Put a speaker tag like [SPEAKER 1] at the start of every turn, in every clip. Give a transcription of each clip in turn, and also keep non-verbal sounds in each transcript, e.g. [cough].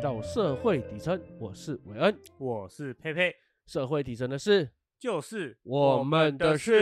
[SPEAKER 1] 到社会底层，我是韦恩。
[SPEAKER 2] 我是佩佩，
[SPEAKER 1] 社会底层的事，
[SPEAKER 2] 就是
[SPEAKER 1] 我们的
[SPEAKER 2] 事。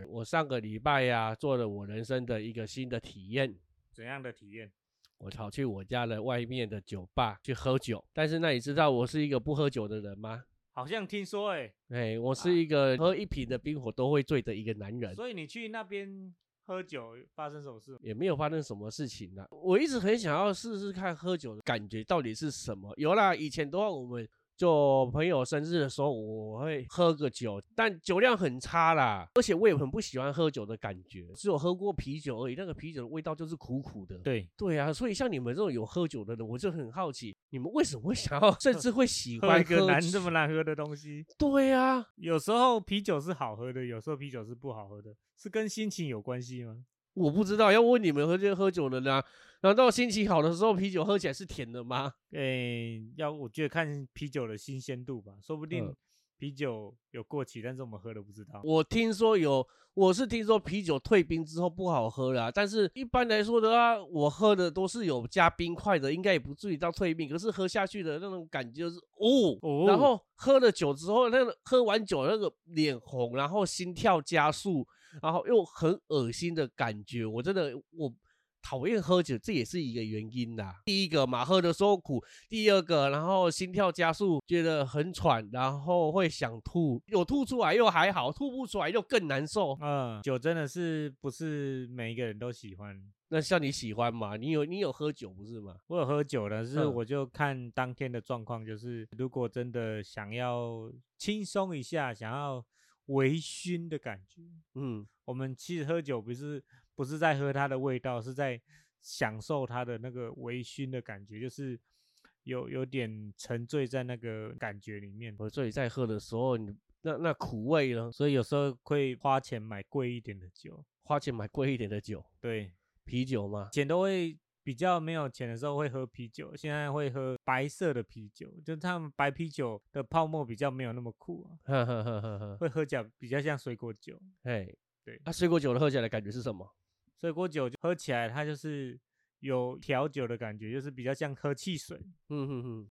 [SPEAKER 1] 事。我上个礼拜呀、做了我人生的一个新的体验。
[SPEAKER 2] 怎样的体验？
[SPEAKER 1] 我跑去我家的外面的酒吧去喝酒，但是那你知道我是一个不喝酒的人吗？
[SPEAKER 2] 好像听说哎、
[SPEAKER 1] 哎，我是一个喝一瓶的冰火都会醉的一个男人，
[SPEAKER 2] 所以你去那边喝酒发生什么事？
[SPEAKER 1] 也没有发生什么事情呢、我一直很想要试试看喝酒的感觉到底是什么。有啦，以前的话我们。就朋友生日的时候，我会喝个酒，但酒量很差啦，而且我也很不喜欢喝酒的感觉，只有喝过啤酒而已，那个啤酒的味道就是苦苦的。
[SPEAKER 2] 对，
[SPEAKER 1] 对啊，所以像你们这种有喝酒的人，我就很好奇，你们为什么会想要， [laughs] 甚至会喜
[SPEAKER 2] 喝
[SPEAKER 1] 欢
[SPEAKER 2] 一个难
[SPEAKER 1] 酒
[SPEAKER 2] 这么难喝的东西，
[SPEAKER 1] 对啊，
[SPEAKER 2] 有时候啤酒是好喝的，有时候啤酒是不好喝的，是跟心情有关系吗？
[SPEAKER 1] 我不知道，要问你们喝酒喝酒的人啊。难道心情好的时候啤酒喝起来是甜的吗？
[SPEAKER 2] 诶、要我觉得看啤酒的新鲜度吧，说不定
[SPEAKER 1] 嗯
[SPEAKER 2] 啤酒有过期，但是我们喝的不知道。
[SPEAKER 1] 我听说有，我是听说啤酒退冰之后不好喝啦、但是一般来说的话，我喝的都是有加冰块的，应该也不至于到退冰。可是喝下去的那种感觉就是哦，
[SPEAKER 2] 哦
[SPEAKER 1] 然后喝了酒之后，那个喝完酒那个脸红，然后心跳加速，然后又很恶心的感觉。我真的我讨厌喝酒，这也是一个原因啦。第一个嘛，喝的时候苦；第二个，然后心跳加速，觉得很喘，然后会想吐，有吐出来又还好，吐不出来又更难受。
[SPEAKER 2] 嗯，酒真的是不是每一个人都喜欢。
[SPEAKER 1] 那像你喜欢吗？你有你有喝酒不是吗？
[SPEAKER 2] 我有喝酒，但是
[SPEAKER 1] 嗯
[SPEAKER 2] 我就看当天的状况，就是如果真的想要轻松一下，想要微醺的感觉，
[SPEAKER 1] 嗯，
[SPEAKER 2] 我们其实喝酒不是不是在喝它的味道，是在享受它的那个微醺的感觉，就是有有点沉醉在那个感觉里面。
[SPEAKER 1] 我所以在喝的时候，你那那苦味呢？
[SPEAKER 2] 所以有时候会花钱买贵一点的酒，
[SPEAKER 1] 花钱买贵一点的酒，
[SPEAKER 2] 对，
[SPEAKER 1] 啤酒吗？ [laughs]
[SPEAKER 2] 钱都会比较没有钱的时候会喝啤酒，现在会喝白色的啤酒，就他们白啤酒的泡沫比较没有那么苦啊，
[SPEAKER 1] 呵呵呵呵呵，
[SPEAKER 2] 会喝起来比较像水果酒。
[SPEAKER 1] 哎，
[SPEAKER 2] 对
[SPEAKER 1] 那、水果酒的喝起来的感觉是什么？
[SPEAKER 2] 水果酒就喝起来它就是有调酒的感觉，就是比较像喝汽水。
[SPEAKER 1] 嗯哼哼。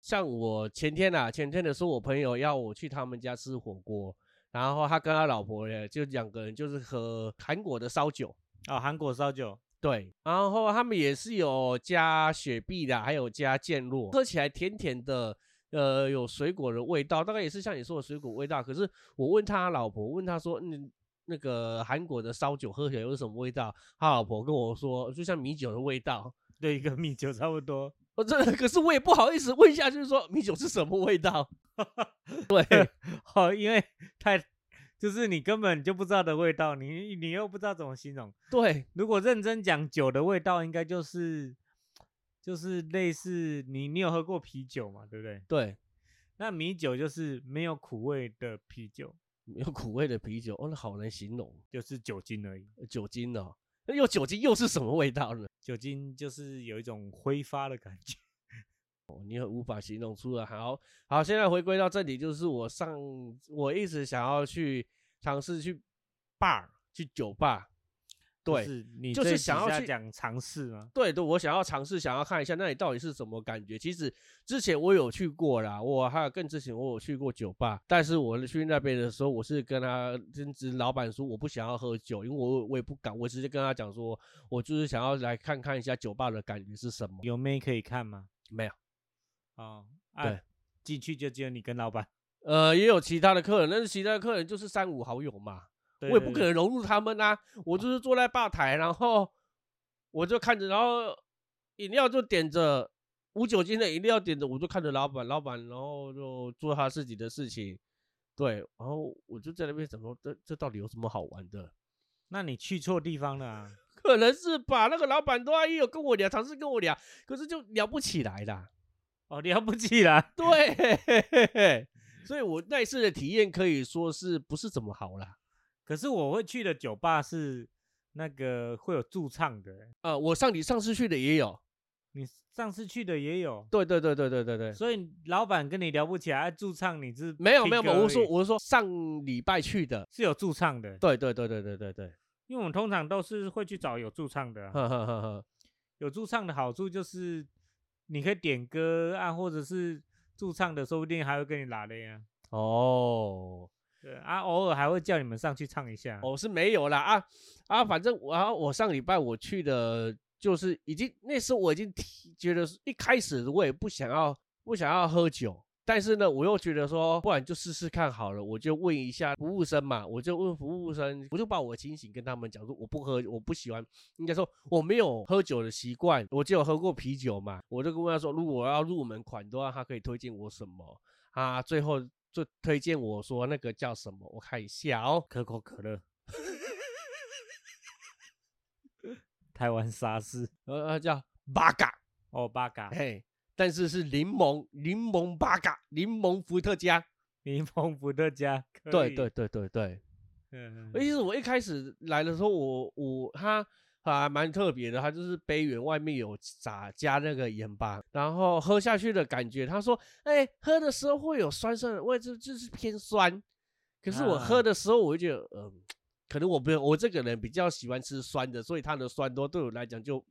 [SPEAKER 1] 像我前天啊，前天的时候，我朋友要我去他们家吃火锅，然后他跟他老婆呢，就两个人就是喝韩国的烧酒，
[SPEAKER 2] 哦，韩国烧酒，
[SPEAKER 1] 对，然后他们也是有加雪碧的，还有加健洛，喝起来甜甜的，呃，有水果的味道，大概也是像你说的水果味道。可是我问他老婆，问他说，嗯，那个韩国的烧酒喝起来有什么味道？他老婆跟我说，就像米酒的味道。
[SPEAKER 2] 对，跟米酒差不多。
[SPEAKER 1] 我真的，可是我也不好意思问下去说米酒是什么味道。 [laughs] 对，
[SPEAKER 2] 哦，因为 [laughs] 太就是你根本就不知道的味道，你你又不知道怎么形容。
[SPEAKER 1] 对，
[SPEAKER 2] 如果认真讲酒的味道，应该就是就是类似你你有喝过啤酒嘛，对不对？
[SPEAKER 1] 对，
[SPEAKER 2] 那米酒就是没有苦味的啤酒，
[SPEAKER 1] 没有苦味的啤酒，哦，那好难形容。
[SPEAKER 2] 就是酒精而已。
[SPEAKER 1] 酒精哦，那又酒精又是什么味道呢？ [laughs]
[SPEAKER 2] 酒精就是有一种挥发的感觉。
[SPEAKER 1] 你很无法形容出来。好好，现在回归到这里，就是我上我一直想要去尝试去 bar 去酒吧，对，
[SPEAKER 2] 就是你
[SPEAKER 1] 就是
[SPEAKER 2] 最
[SPEAKER 1] 想
[SPEAKER 2] 底
[SPEAKER 1] 要
[SPEAKER 2] 下
[SPEAKER 1] 去
[SPEAKER 2] 讲尝试吗？
[SPEAKER 1] 对对，我想要尝试，想要看一下那里到底是什么感觉。其实之前我有去过啦，我还有更之前我有去过酒吧，但是我去那边的时候，我是跟他跟直老板说我不想要喝酒，因为我我也不敢，我直接跟他讲说，我就是想要来看看一下酒吧的感觉是什么。
[SPEAKER 2] 有妹可以看吗？
[SPEAKER 1] 没有，
[SPEAKER 2] 哦，
[SPEAKER 1] 对
[SPEAKER 2] 啊，进去就只有你跟老板。
[SPEAKER 1] 呃，也有其他的客人，但是其他的客人就是三五好友嘛，
[SPEAKER 2] 对
[SPEAKER 1] 我也
[SPEAKER 2] 对
[SPEAKER 1] 不可
[SPEAKER 2] 对
[SPEAKER 1] 能融入他们啊，我就是坐在吧台，然后我就看着，然后饮料就点着无酒精的饮料点着，我就看着老板，老板然后就做他自己的事情，对，然后我就在那边想说，这这到底有什么好玩的？ [laughs]
[SPEAKER 2] 那你去错地方了啊！
[SPEAKER 1] 可能是吧，那个老板都还有跟我聊，尝试跟我聊，可是就聊不起来啦。
[SPEAKER 2] 哦，聊不起来。
[SPEAKER 1] 对， [laughs] 所以我那一次的体验可以说是不是怎么好啦。
[SPEAKER 2] 可是我会去的酒吧是那个会有驻唱的欸，
[SPEAKER 1] 呃，我上你上次去的也有，
[SPEAKER 2] 你上次去的也有，
[SPEAKER 1] 对对对对对对对，
[SPEAKER 2] 所以老板跟你聊不起来，啊驻唱你是
[SPEAKER 1] 没有没有，
[SPEAKER 2] 听
[SPEAKER 1] 没有
[SPEAKER 2] 歌
[SPEAKER 1] 我
[SPEAKER 2] 而
[SPEAKER 1] 说
[SPEAKER 2] 已
[SPEAKER 1] 我说上礼拜去的，
[SPEAKER 2] 是有驻唱的，
[SPEAKER 1] 对对对对对对对，
[SPEAKER 2] 因为我们通常都是会去找有驻唱的啊、
[SPEAKER 1] 呵呵呵呵，
[SPEAKER 2] 有驻唱的好处就是你可以点歌啊，或者是驻唱的，说不定还会跟你拉嘞啊。
[SPEAKER 1] 哦，
[SPEAKER 2] 对啊，偶尔还会叫你们上去唱一下。
[SPEAKER 1] 我、是没有啦啊啊，反正我、啊、我上礼拜我去的，就是已经那时候我已经提觉得是一开始我也不想要不想要喝酒，但是呢，我又觉得说不然就试试看好了，我就问一下服务生嘛，我就问服务生，我就把我清醒跟他们讲说我不喝，我不喜欢，应该说我没有喝酒的习惯，我只有喝过啤酒嘛，我就跟他说，如果我要入门款的话，他可以推荐我什么啊？最后。就推荐我说那个叫什么，我看一下哦。
[SPEAKER 2] 可口可乐，台湾沙士，
[SPEAKER 1] 呃，它叫八嘎，
[SPEAKER 2] 哦八嘎，
[SPEAKER 1] 嘿，但是是柠檬柠檬八嘎，柠檬伏特加。
[SPEAKER 2] 柠檬伏特加，可
[SPEAKER 1] 对
[SPEAKER 2] 以
[SPEAKER 1] 对，对对对，
[SPEAKER 2] 嗯，
[SPEAKER 1] 而
[SPEAKER 2] 嗯
[SPEAKER 1] 且是我一开始来的时候，我我它还蛮特别的，它就是杯缘外面有撒加那个盐巴，然后喝下去的感觉，他说，哎、喝的时候会有酸酸的味，就就是偏酸。可是我喝
[SPEAKER 2] 啊
[SPEAKER 1] 的时候，我就觉得，嗯、可能我不我这个人比较喜欢吃酸的，所以它的酸多对我来讲就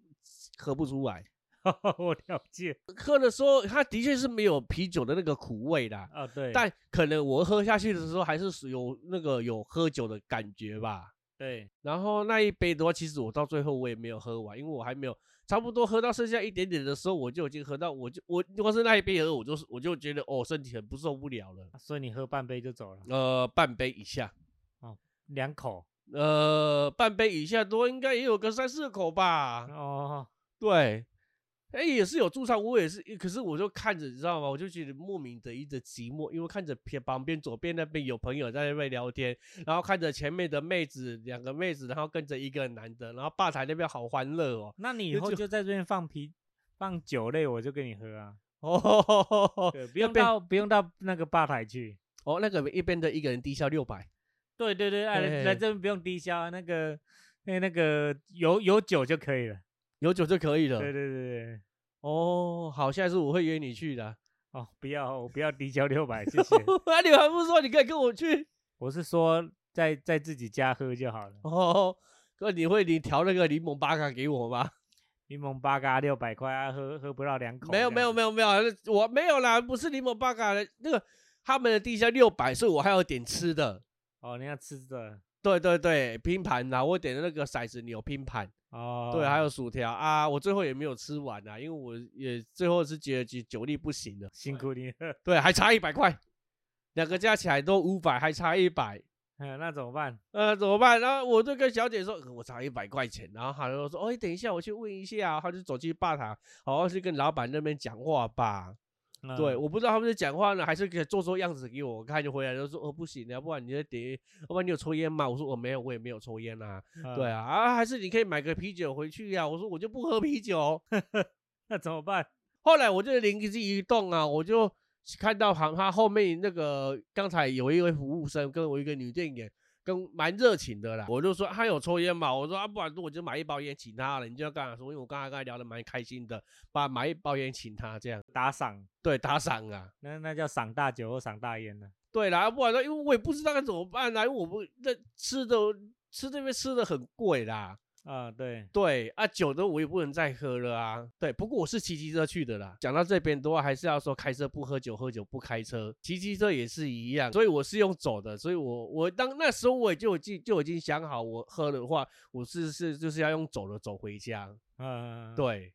[SPEAKER 1] 喝不出来。
[SPEAKER 2] 嗯我了解，
[SPEAKER 1] 喝的时候，它的确是没有啤酒的那个苦味啦，
[SPEAKER 2] 哦对，
[SPEAKER 1] 但可能我喝下去的时候还是有那个有喝酒的感觉吧。
[SPEAKER 2] 对，
[SPEAKER 1] 然后那一杯的话，其实我到最后我也没有喝完，因为我还没有差不多喝到剩下一点点的时候，我就已经喝到，我就我光是那一杯而已我就是我就觉得哦，身体很不受不了了，
[SPEAKER 2] 所以你喝半杯就走了，
[SPEAKER 1] 呃，半杯以下，
[SPEAKER 2] 两口
[SPEAKER 1] 呃，半杯以下多应该也有个三四口吧，
[SPEAKER 2] 哦，
[SPEAKER 1] 对，哎，也是有驻唱，我也是，可是我就看着，你知道吗？我就觉得莫名的一直寂寞，因为看着偏旁边左边那边有朋友在那边聊天，然后看着前面的妹子两个妹子，然后跟着一个男的，然后吧台那边好欢乐哦。 [laughs]
[SPEAKER 2] 那你以
[SPEAKER 1] 有
[SPEAKER 2] 后
[SPEAKER 1] 酒
[SPEAKER 2] 就在这边放啤放酒类，我就跟你喝啊，
[SPEAKER 1] 哦
[SPEAKER 2] 对，不用
[SPEAKER 1] 边
[SPEAKER 2] 到不用到那个吧台去，
[SPEAKER 1] 哦，那个一边的一个人低消六百，
[SPEAKER 2] 对对对，哎来
[SPEAKER 1] 嘿
[SPEAKER 2] 来这边不用低消啊，那个那那个有有酒就可以了，
[SPEAKER 1] 有酒就可以了。
[SPEAKER 2] 对对对对，
[SPEAKER 1] 哦，好，下次我会约你去的。
[SPEAKER 2] 哦，不要我不要低消六百，
[SPEAKER 1] [laughs]
[SPEAKER 2] 谢谢，
[SPEAKER 1] 啊，你还不说你可以跟我去？
[SPEAKER 2] 我是说在在自己家喝就好了，
[SPEAKER 1] 哦， [laughs] 哥，你会你调那个柠檬巴卡给我吗？
[SPEAKER 2] 柠檬八嘎六百块啊，喝喝不到两口这
[SPEAKER 1] 没有
[SPEAKER 2] 样子，
[SPEAKER 1] 没有没有没有，我没有啦，不是柠檬巴卡的，那个他们的地下六百，所以我还有点吃的。
[SPEAKER 2] 哦，你要吃的
[SPEAKER 1] 对对对，拼盘啦，我点的那个骰子牛拼盘，
[SPEAKER 2] 哦，
[SPEAKER 1] 对，还有薯条啊，我最后也没有吃完啊，因为我也最后是觉得酒酒力不行了，
[SPEAKER 2] 辛苦你了，
[SPEAKER 1] 对，还差一百块，两个加起来都五百，还差一百，
[SPEAKER 2] 嗯那怎么办？
[SPEAKER 1] 呃，怎么办？然后我就跟小姐说，呃我差一百块钱，然后她就说，哦，等一下我去问一下啊，她就走去吧台，好好去跟老板那边讲话吧。对，
[SPEAKER 2] 嗯
[SPEAKER 1] 我不知道他们在讲话呢，还是给做做样子给我看，就回来就说哦不行，要不然你就得，要不然你有抽烟吗？我说我没有，我也没有抽烟啊。对，
[SPEAKER 2] 嗯
[SPEAKER 1] 啊，啊还是你可以买个啤酒回去啊呀、我说我就不喝啤酒。 [laughs]
[SPEAKER 2] 那怎么办？
[SPEAKER 1] 后来我就灵机一动啊，我就看到旁他后面那个刚才有一位服务生跟我一个女店员。跟蛮热情的啦，我就说他有抽烟嘛，我说啊，不然我就买一包烟请他了。你就要干啥说，因为我刚才跟他聊得蛮开心的，把买一包烟请他这样，
[SPEAKER 2] 打赏，
[SPEAKER 1] 对，打赏啊。
[SPEAKER 2] 那那叫赏大酒或赏大烟呢、
[SPEAKER 1] 对啦，不然的话因为我也不知道该怎么办啊啦，因为我们那吃的吃这边吃的很贵啦，
[SPEAKER 2] 啊。对，
[SPEAKER 1] 对啊，酒的我也不能再喝了啊，对，不过我是骑机车去的啦。讲到这边的话，还是要说开车不喝酒，喝酒不开车，骑机车也是一样，所以我是用走的，所以我我当那时候我也就已经就已经想好，我喝的话，我是是就是要用走的走回家，
[SPEAKER 2] 嗯，。
[SPEAKER 1] 对，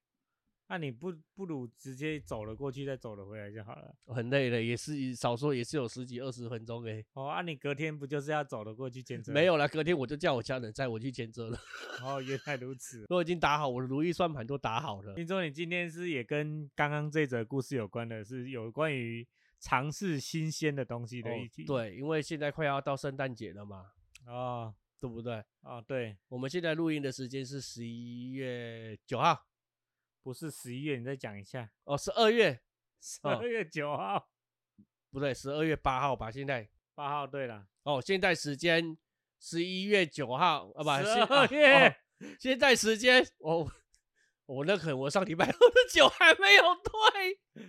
[SPEAKER 2] 那你不不如直接走了过去，再走了回来就好了。
[SPEAKER 1] 很累的，也是少说也是有十几二十分钟诶、
[SPEAKER 2] 哦，啊，你隔天不就是要走了过
[SPEAKER 1] [laughs]
[SPEAKER 2] 去检测？
[SPEAKER 1] 没，有啦，隔天我就叫我家人载我去兼车了。
[SPEAKER 2] 哦，原来如此。 [laughs]
[SPEAKER 1] 我已经打好，我的如意算盘都打好了。
[SPEAKER 2] 听说你今天是也跟刚刚这则故事有关的，是有关于尝试新鲜的东西的
[SPEAKER 1] 哦
[SPEAKER 2] 议题。
[SPEAKER 1] 对，因为现在快要到圣诞节了嘛，
[SPEAKER 2] 哦，
[SPEAKER 1] 对不对？
[SPEAKER 2] 哦，对，
[SPEAKER 1] 我们现在录音的时间是十一月九号，
[SPEAKER 2] 不是十一月，你再讲一下，
[SPEAKER 1] 哦，十二月
[SPEAKER 2] [laughs] 十
[SPEAKER 1] 哦
[SPEAKER 2] 二月九号、
[SPEAKER 1] 不对，十二月八号吧？现在
[SPEAKER 2] 八号。对了，
[SPEAKER 1] 哦，现在时间十一月九号啊，不，现
[SPEAKER 2] 12
[SPEAKER 1] 啊
[SPEAKER 2] 月
[SPEAKER 1] 哦现在时间哦。我那可能我上礼拜喝的酒还没有退，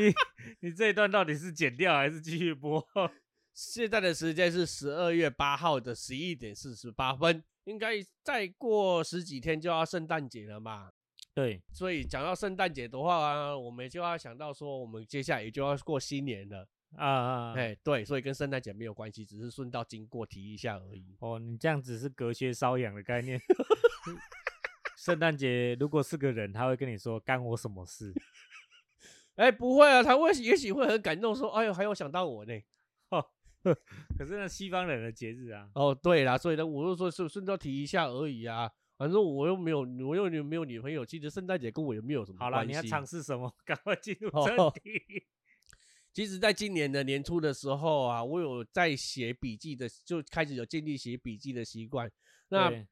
[SPEAKER 2] 你你这一段到底是剪掉还是继续播？ [laughs]
[SPEAKER 1] 现在的时间是十二月八号的十一点四十八分，应该再过十几天就要圣诞节了嘛？
[SPEAKER 2] 对，
[SPEAKER 1] 所以讲到圣诞节的话、啊，我们就要想到说，我们接下来也就要过新年了。
[SPEAKER 2] 啊啊，啊
[SPEAKER 1] 哎，对，所以跟圣诞节没有关系，只是顺道经过提一下而已。
[SPEAKER 2] 哦，你这样子是隔靴搔痒
[SPEAKER 1] [laughs]
[SPEAKER 2] 的概念。 [laughs] 圣诞节如果是个人，他会跟你说干我什么事？
[SPEAKER 1] 哎，不会啊，他会也许会很感动，说：“哎呦，还有想到我呢。
[SPEAKER 2] 可是那西方人的节日啊”，
[SPEAKER 1] 哦，对啦，所以呢，我就说是顺道提一下而已啊。反正我又没有，我又没有女朋友，其实圣诞节跟我也没有什么嗯
[SPEAKER 2] 好
[SPEAKER 1] 关系。
[SPEAKER 2] 了，你要尝试什么？ [laughs] 赶快进入正
[SPEAKER 1] 哦
[SPEAKER 2] 题。
[SPEAKER 1] [laughs] 其实，在今年的年初的时候啊，我有在写笔记的，就开始有建立写笔记的习惯。那
[SPEAKER 2] 对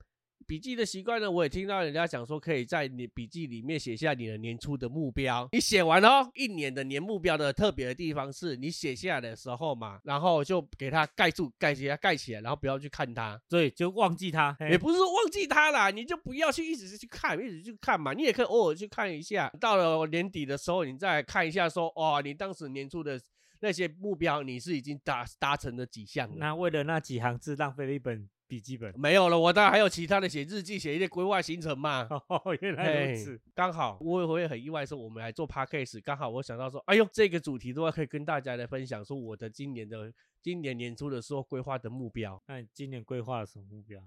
[SPEAKER 1] 笔记的习惯呢，我也听到人家讲说，可以在你笔记里面写下你的年初的目标。你写完哦，一年的年目标的特别的地方是你写下来的时候嘛，然后就给它盖住，盖起来，盖起来，然后不要去看它。
[SPEAKER 2] 对，就忘记他。嘿
[SPEAKER 1] 也不是说忘记它啦，你就不要去一直去看，一直去看嘛。你也可以偶尔去看一下，到了年底的时候，你再来看一下说，哦，你当时年初的那些目标，你是已经达达成了几项了。
[SPEAKER 2] 那为了那几行字，浪费了一本笔记本。 [laughs]
[SPEAKER 1] 没有了，我当然还有其他的写日记、写一些规划行程嘛。
[SPEAKER 2] 哦，原来
[SPEAKER 1] 哎
[SPEAKER 2] 如此。，
[SPEAKER 1] 刚好我也会很意外，说我们来做 podcast，刚好我想到说，哎呦，这个主题的话可以跟大家来分享，说我的今年的今年年初的时候规划的目标，
[SPEAKER 2] 那你今年规划了什么目标？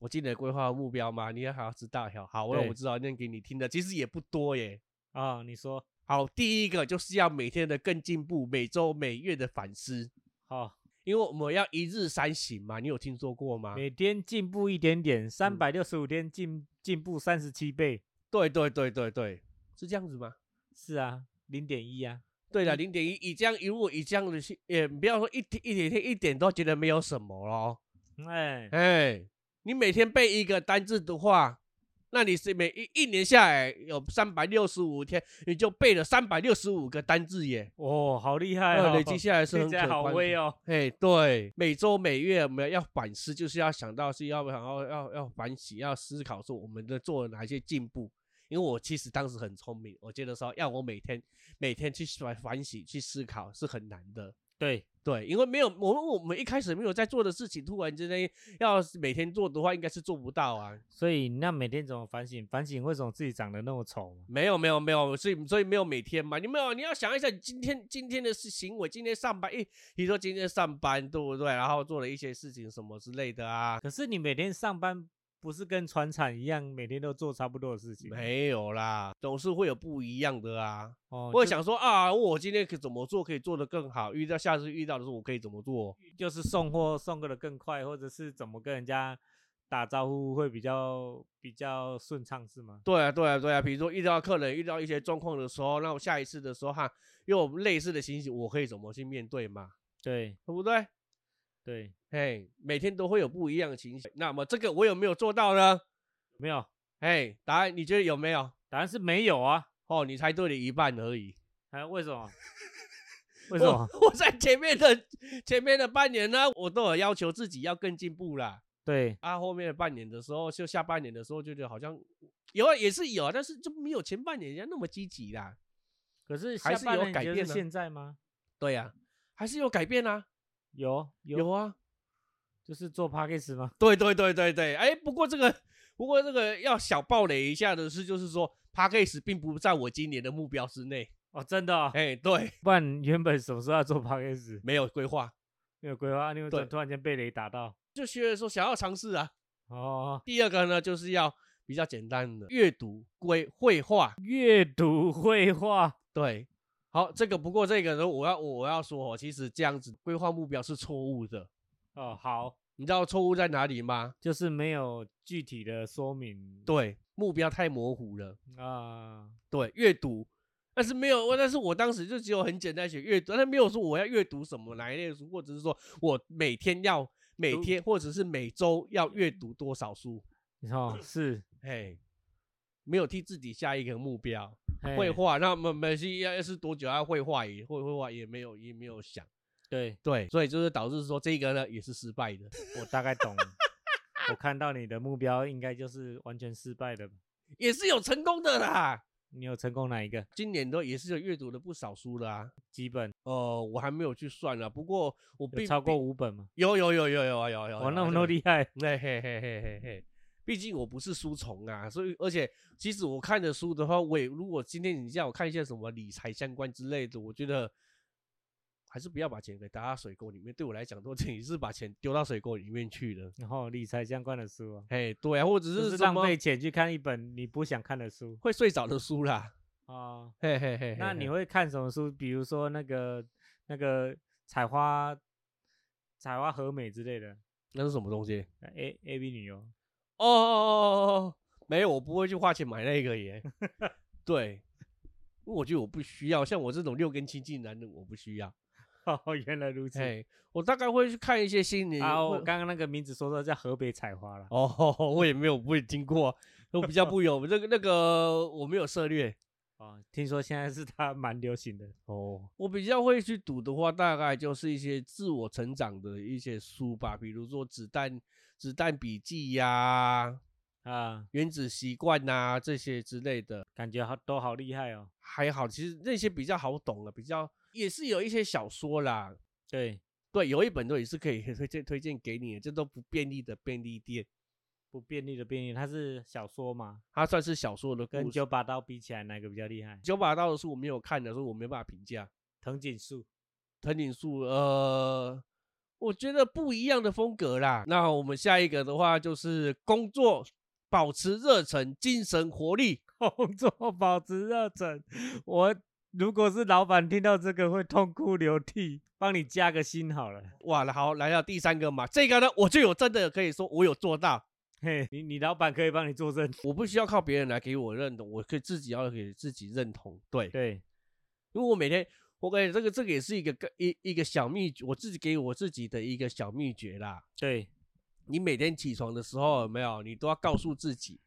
[SPEAKER 1] 我今年的规划的目标嘛，你也好好知道哟。好，我
[SPEAKER 2] 对
[SPEAKER 1] 我知道念给你听的，其实也不多耶。
[SPEAKER 2] 啊、你说，
[SPEAKER 1] 好，第一个就是要每天的更进步，每周每月的反思，
[SPEAKER 2] 好、
[SPEAKER 1] 因为我们要一日三省嘛，你有听说过吗？
[SPEAKER 2] 每天进步一点点，三
[SPEAKER 1] 嗯
[SPEAKER 2] 百六十五天进进步三十七倍。
[SPEAKER 1] 对对对对对，是这样子吗？
[SPEAKER 2] 是啊，零点一啊。
[SPEAKER 1] 对了，零点一，以这样如果以这样的去，也不要说一天一点天一点都觉得没有什么咯。
[SPEAKER 2] 哎，
[SPEAKER 1] 哎，你每天背一个单字的话，那你是每一一年下来有三百六十五天，你就背了三百六十五个单字耶，
[SPEAKER 2] 哦，好厉害
[SPEAKER 1] 那
[SPEAKER 2] 哦！
[SPEAKER 1] 呃累积下来是
[SPEAKER 2] 听
[SPEAKER 1] 很
[SPEAKER 2] 起来
[SPEAKER 1] 可
[SPEAKER 2] 好
[SPEAKER 1] 观
[SPEAKER 2] 威
[SPEAKER 1] 的。
[SPEAKER 2] 哦。
[SPEAKER 1] 哎，对，每周每月我们要反思，就是要想到是要想要要要反省，要思考说我们的做了哪些进步。因为我其实当时很聪明，我觉得说要我每天每天去反反省、去思考是很难的。
[SPEAKER 2] 对，
[SPEAKER 1] 对，因为没有我们我们一开始没有在做的事情，突然之间要是每天做的话，应该是做不到啊。
[SPEAKER 2] 所以那每天怎么反省？反省为什么自己长得那么丑嘛？
[SPEAKER 1] 没有没有没有，所以所以没有每天嘛，你没有你要想一下你今天今天的事行为，今天上班，诶，你说今天上班对不对？然后做了一些事情什么之类的啊，
[SPEAKER 2] 可是你每天上班不是跟船产一样，每天都做差不多的事情？
[SPEAKER 1] 没有啦，总是会有不一样的啊。
[SPEAKER 2] 哦，
[SPEAKER 1] 我
[SPEAKER 2] 就
[SPEAKER 1] 想说啊，我今天可以怎么做可以做得更好？遇到下次遇到的时候，我可以怎么做？
[SPEAKER 2] 就是送货送的更快，或者是怎么跟人家打招呼会比较比较顺畅，是吗？
[SPEAKER 1] 对啊，对啊，对啊。比如说遇到客人遇到一些状况的时候，那我下一次的时候哈，又有类似的情形，我可以怎么去面对嘛？
[SPEAKER 2] 对
[SPEAKER 1] 对不对？
[SPEAKER 2] 对，
[SPEAKER 1] 哎，每天都会有不一样的情形。那么这个我有没有做到呢？
[SPEAKER 2] 没有，
[SPEAKER 1] 哎，答案你觉得有没有？
[SPEAKER 2] 答案是没有啊。
[SPEAKER 1] 哦，你猜对了一半而已。
[SPEAKER 2] 啊，为什
[SPEAKER 1] [laughs]
[SPEAKER 2] 么？为什么？
[SPEAKER 1] 我？我在前面的前面的半年呢，我都有要求自己要更进步啦。
[SPEAKER 2] 对，
[SPEAKER 1] 啊，后面的半年的时候，就下半年的时候，就觉得好像有啊，也是有啊，但是就没有前半年人家那么积极啦。
[SPEAKER 2] 可是
[SPEAKER 1] 还
[SPEAKER 2] 下
[SPEAKER 1] 是
[SPEAKER 2] 半
[SPEAKER 1] 有
[SPEAKER 2] 年你
[SPEAKER 1] 改
[SPEAKER 2] 觉得
[SPEAKER 1] 变
[SPEAKER 2] 是
[SPEAKER 1] 啊
[SPEAKER 2] 现在吗？
[SPEAKER 1] 对呀、还是有改变啊，
[SPEAKER 2] 有有
[SPEAKER 1] 有啊。
[SPEAKER 2] 就是做 p a c k a g e 吗？
[SPEAKER 1] 对对对对对，哎，不过这个不过这个要小暴雷一下的是，就是说 p a c k a g e 并不在我今年的目标之内。
[SPEAKER 2] 哦，真的、哦，
[SPEAKER 1] 哎，对，
[SPEAKER 2] 不然你原本什么时候要做 p a c k a g e
[SPEAKER 1] 没有规划，
[SPEAKER 2] 没有规划，啊你为
[SPEAKER 1] 对
[SPEAKER 2] 突然间被雷打到？
[SPEAKER 1] 就觉得说想要尝试啊。
[SPEAKER 2] 哦，
[SPEAKER 1] 第二个呢，就是要比较简单的阅读、规绘画。
[SPEAKER 2] 阅读绘画，
[SPEAKER 1] 对，好，这个不过这个呢，我要我要说哦，其实这样子规划目标是错误的。
[SPEAKER 2] 哦，好，
[SPEAKER 1] 你知道错误在哪里吗？
[SPEAKER 2] 就是没有具体的说明。
[SPEAKER 1] 对，目标太模糊了。
[SPEAKER 2] 啊、
[SPEAKER 1] 对，阅读，但是没有，我但是我当时就只有很简单写阅读，但没有说我要阅读什么哪一类的书，或者是说我每天要每
[SPEAKER 2] 读
[SPEAKER 1] 天或者是每周要阅读多少书，
[SPEAKER 2] 哦， [clears throat] 是
[SPEAKER 1] 哎，没有替自己下一个目标。绘
[SPEAKER 2] 嘿
[SPEAKER 1] 画，那么们是要是多久要绘画也绘绘画也没有也没有想，
[SPEAKER 2] 对
[SPEAKER 1] 对，所以就是导致说这个呢也是失败的，
[SPEAKER 2] 我大概 [laughs] 懂了。我看到你的目标应该就是完全失败的吧，
[SPEAKER 1] 也是有成功的啦。
[SPEAKER 2] 你有成功哪一个？
[SPEAKER 1] 今年都也是有阅读了不少书啦、
[SPEAKER 2] 几本？
[SPEAKER 1] 呃，我还没有去算了，不过我
[SPEAKER 2] 有
[SPEAKER 1] 并
[SPEAKER 2] 超过
[SPEAKER 1] 并
[SPEAKER 2] 五本吗？哦
[SPEAKER 1] 有有有有有有有有，
[SPEAKER 2] 哇，那
[SPEAKER 1] 这
[SPEAKER 2] 么多
[SPEAKER 1] 个
[SPEAKER 2] 厉害！
[SPEAKER 1] 嘿嘿嘿嘿嘿嘿，毕竟我不是书虫啊，所以而且其实我看的书的话，我也如果今天你叫我看一些什么理财相关之类的，我觉得还是不要把钱给打到水沟里面。对我来讲，都等于是把钱丢到水沟里面去了。
[SPEAKER 2] 然后理财相关的书啊，
[SPEAKER 1] 哎，对啊，或者
[SPEAKER 2] 就是是
[SPEAKER 1] 什
[SPEAKER 2] 浪
[SPEAKER 1] 么
[SPEAKER 2] 费钱去看一本你不想看的书
[SPEAKER 1] 会睡着的书啦。
[SPEAKER 2] 啊。
[SPEAKER 1] 嘿嘿嘿嘿，
[SPEAKER 2] 那你
[SPEAKER 1] 嘿
[SPEAKER 2] 会看什么书？比如说那个那个采花采花和美之类的
[SPEAKER 1] 那是什么东西？
[SPEAKER 2] 呃，A A B 女优。 [laughs]
[SPEAKER 1] 哦哦哦哦哦，没有，我不会去花钱买那个
[SPEAKER 2] [laughs]
[SPEAKER 1] 耶。对，因为我觉得我不需要，像我这种六根清净男人，我不需要。
[SPEAKER 2] 哦，原来如此。
[SPEAKER 1] 哎，我大概会去看一些心理。
[SPEAKER 2] 啊，我
[SPEAKER 1] 会
[SPEAKER 2] 刚刚那个名字说错，叫河北采花了。
[SPEAKER 1] 哦， [laughs] 我也没有，我也听过，我比较不有那个那个，我没有涉猎。
[SPEAKER 2] 哦，听说现在是它 [laughs] 蛮流行的。
[SPEAKER 1] 哦，我比较会去读的话，大概就是一些自我成长的一些书吧，比如说《子弹子弹笔记》呀，《
[SPEAKER 2] 啊，
[SPEAKER 1] 原子习惯》呐这些之类的。
[SPEAKER 2] 感觉好都好厉害哦。
[SPEAKER 1] 还好，其实那些比较好懂了，比较也是有一些小说啦。
[SPEAKER 2] 对，
[SPEAKER 1] 对，有一本都也是可以推荐推荐给你的，这都不便利的便利店，
[SPEAKER 2] 不便利的便利，它是小说嘛，
[SPEAKER 1] 它算是小说的
[SPEAKER 2] 跟
[SPEAKER 1] 故事。
[SPEAKER 2] 九把刀比起来，哪个比较厉害？
[SPEAKER 1] 九把刀的书我没有看的，所以我没办法评价。
[SPEAKER 2] 藤井树 [laughs]
[SPEAKER 1] 藤井树，呃，我觉得不一样的风格啦。那我们下一个的话就是工作，保持热忱，精神活力。
[SPEAKER 2] 工作保持热忱。我如果是老板，听到这个会痛哭流涕。帮你加个心好了。
[SPEAKER 1] 哇，好，来到第三个嘛，这个呢，我就有真的可以说我有做到。
[SPEAKER 2] 嘿，你你老板可以帮你作证。
[SPEAKER 1] 我不需要靠别人来给我认同，我可以自己要给自己认同。对，
[SPEAKER 2] 对，
[SPEAKER 1] 因为我每天，我感觉这个这个也是一个个一一个小秘诀，我自己给我自己的一个小秘诀啦。
[SPEAKER 2] 对，
[SPEAKER 1] 你每天起床的时候有没有，你都要告诉自己，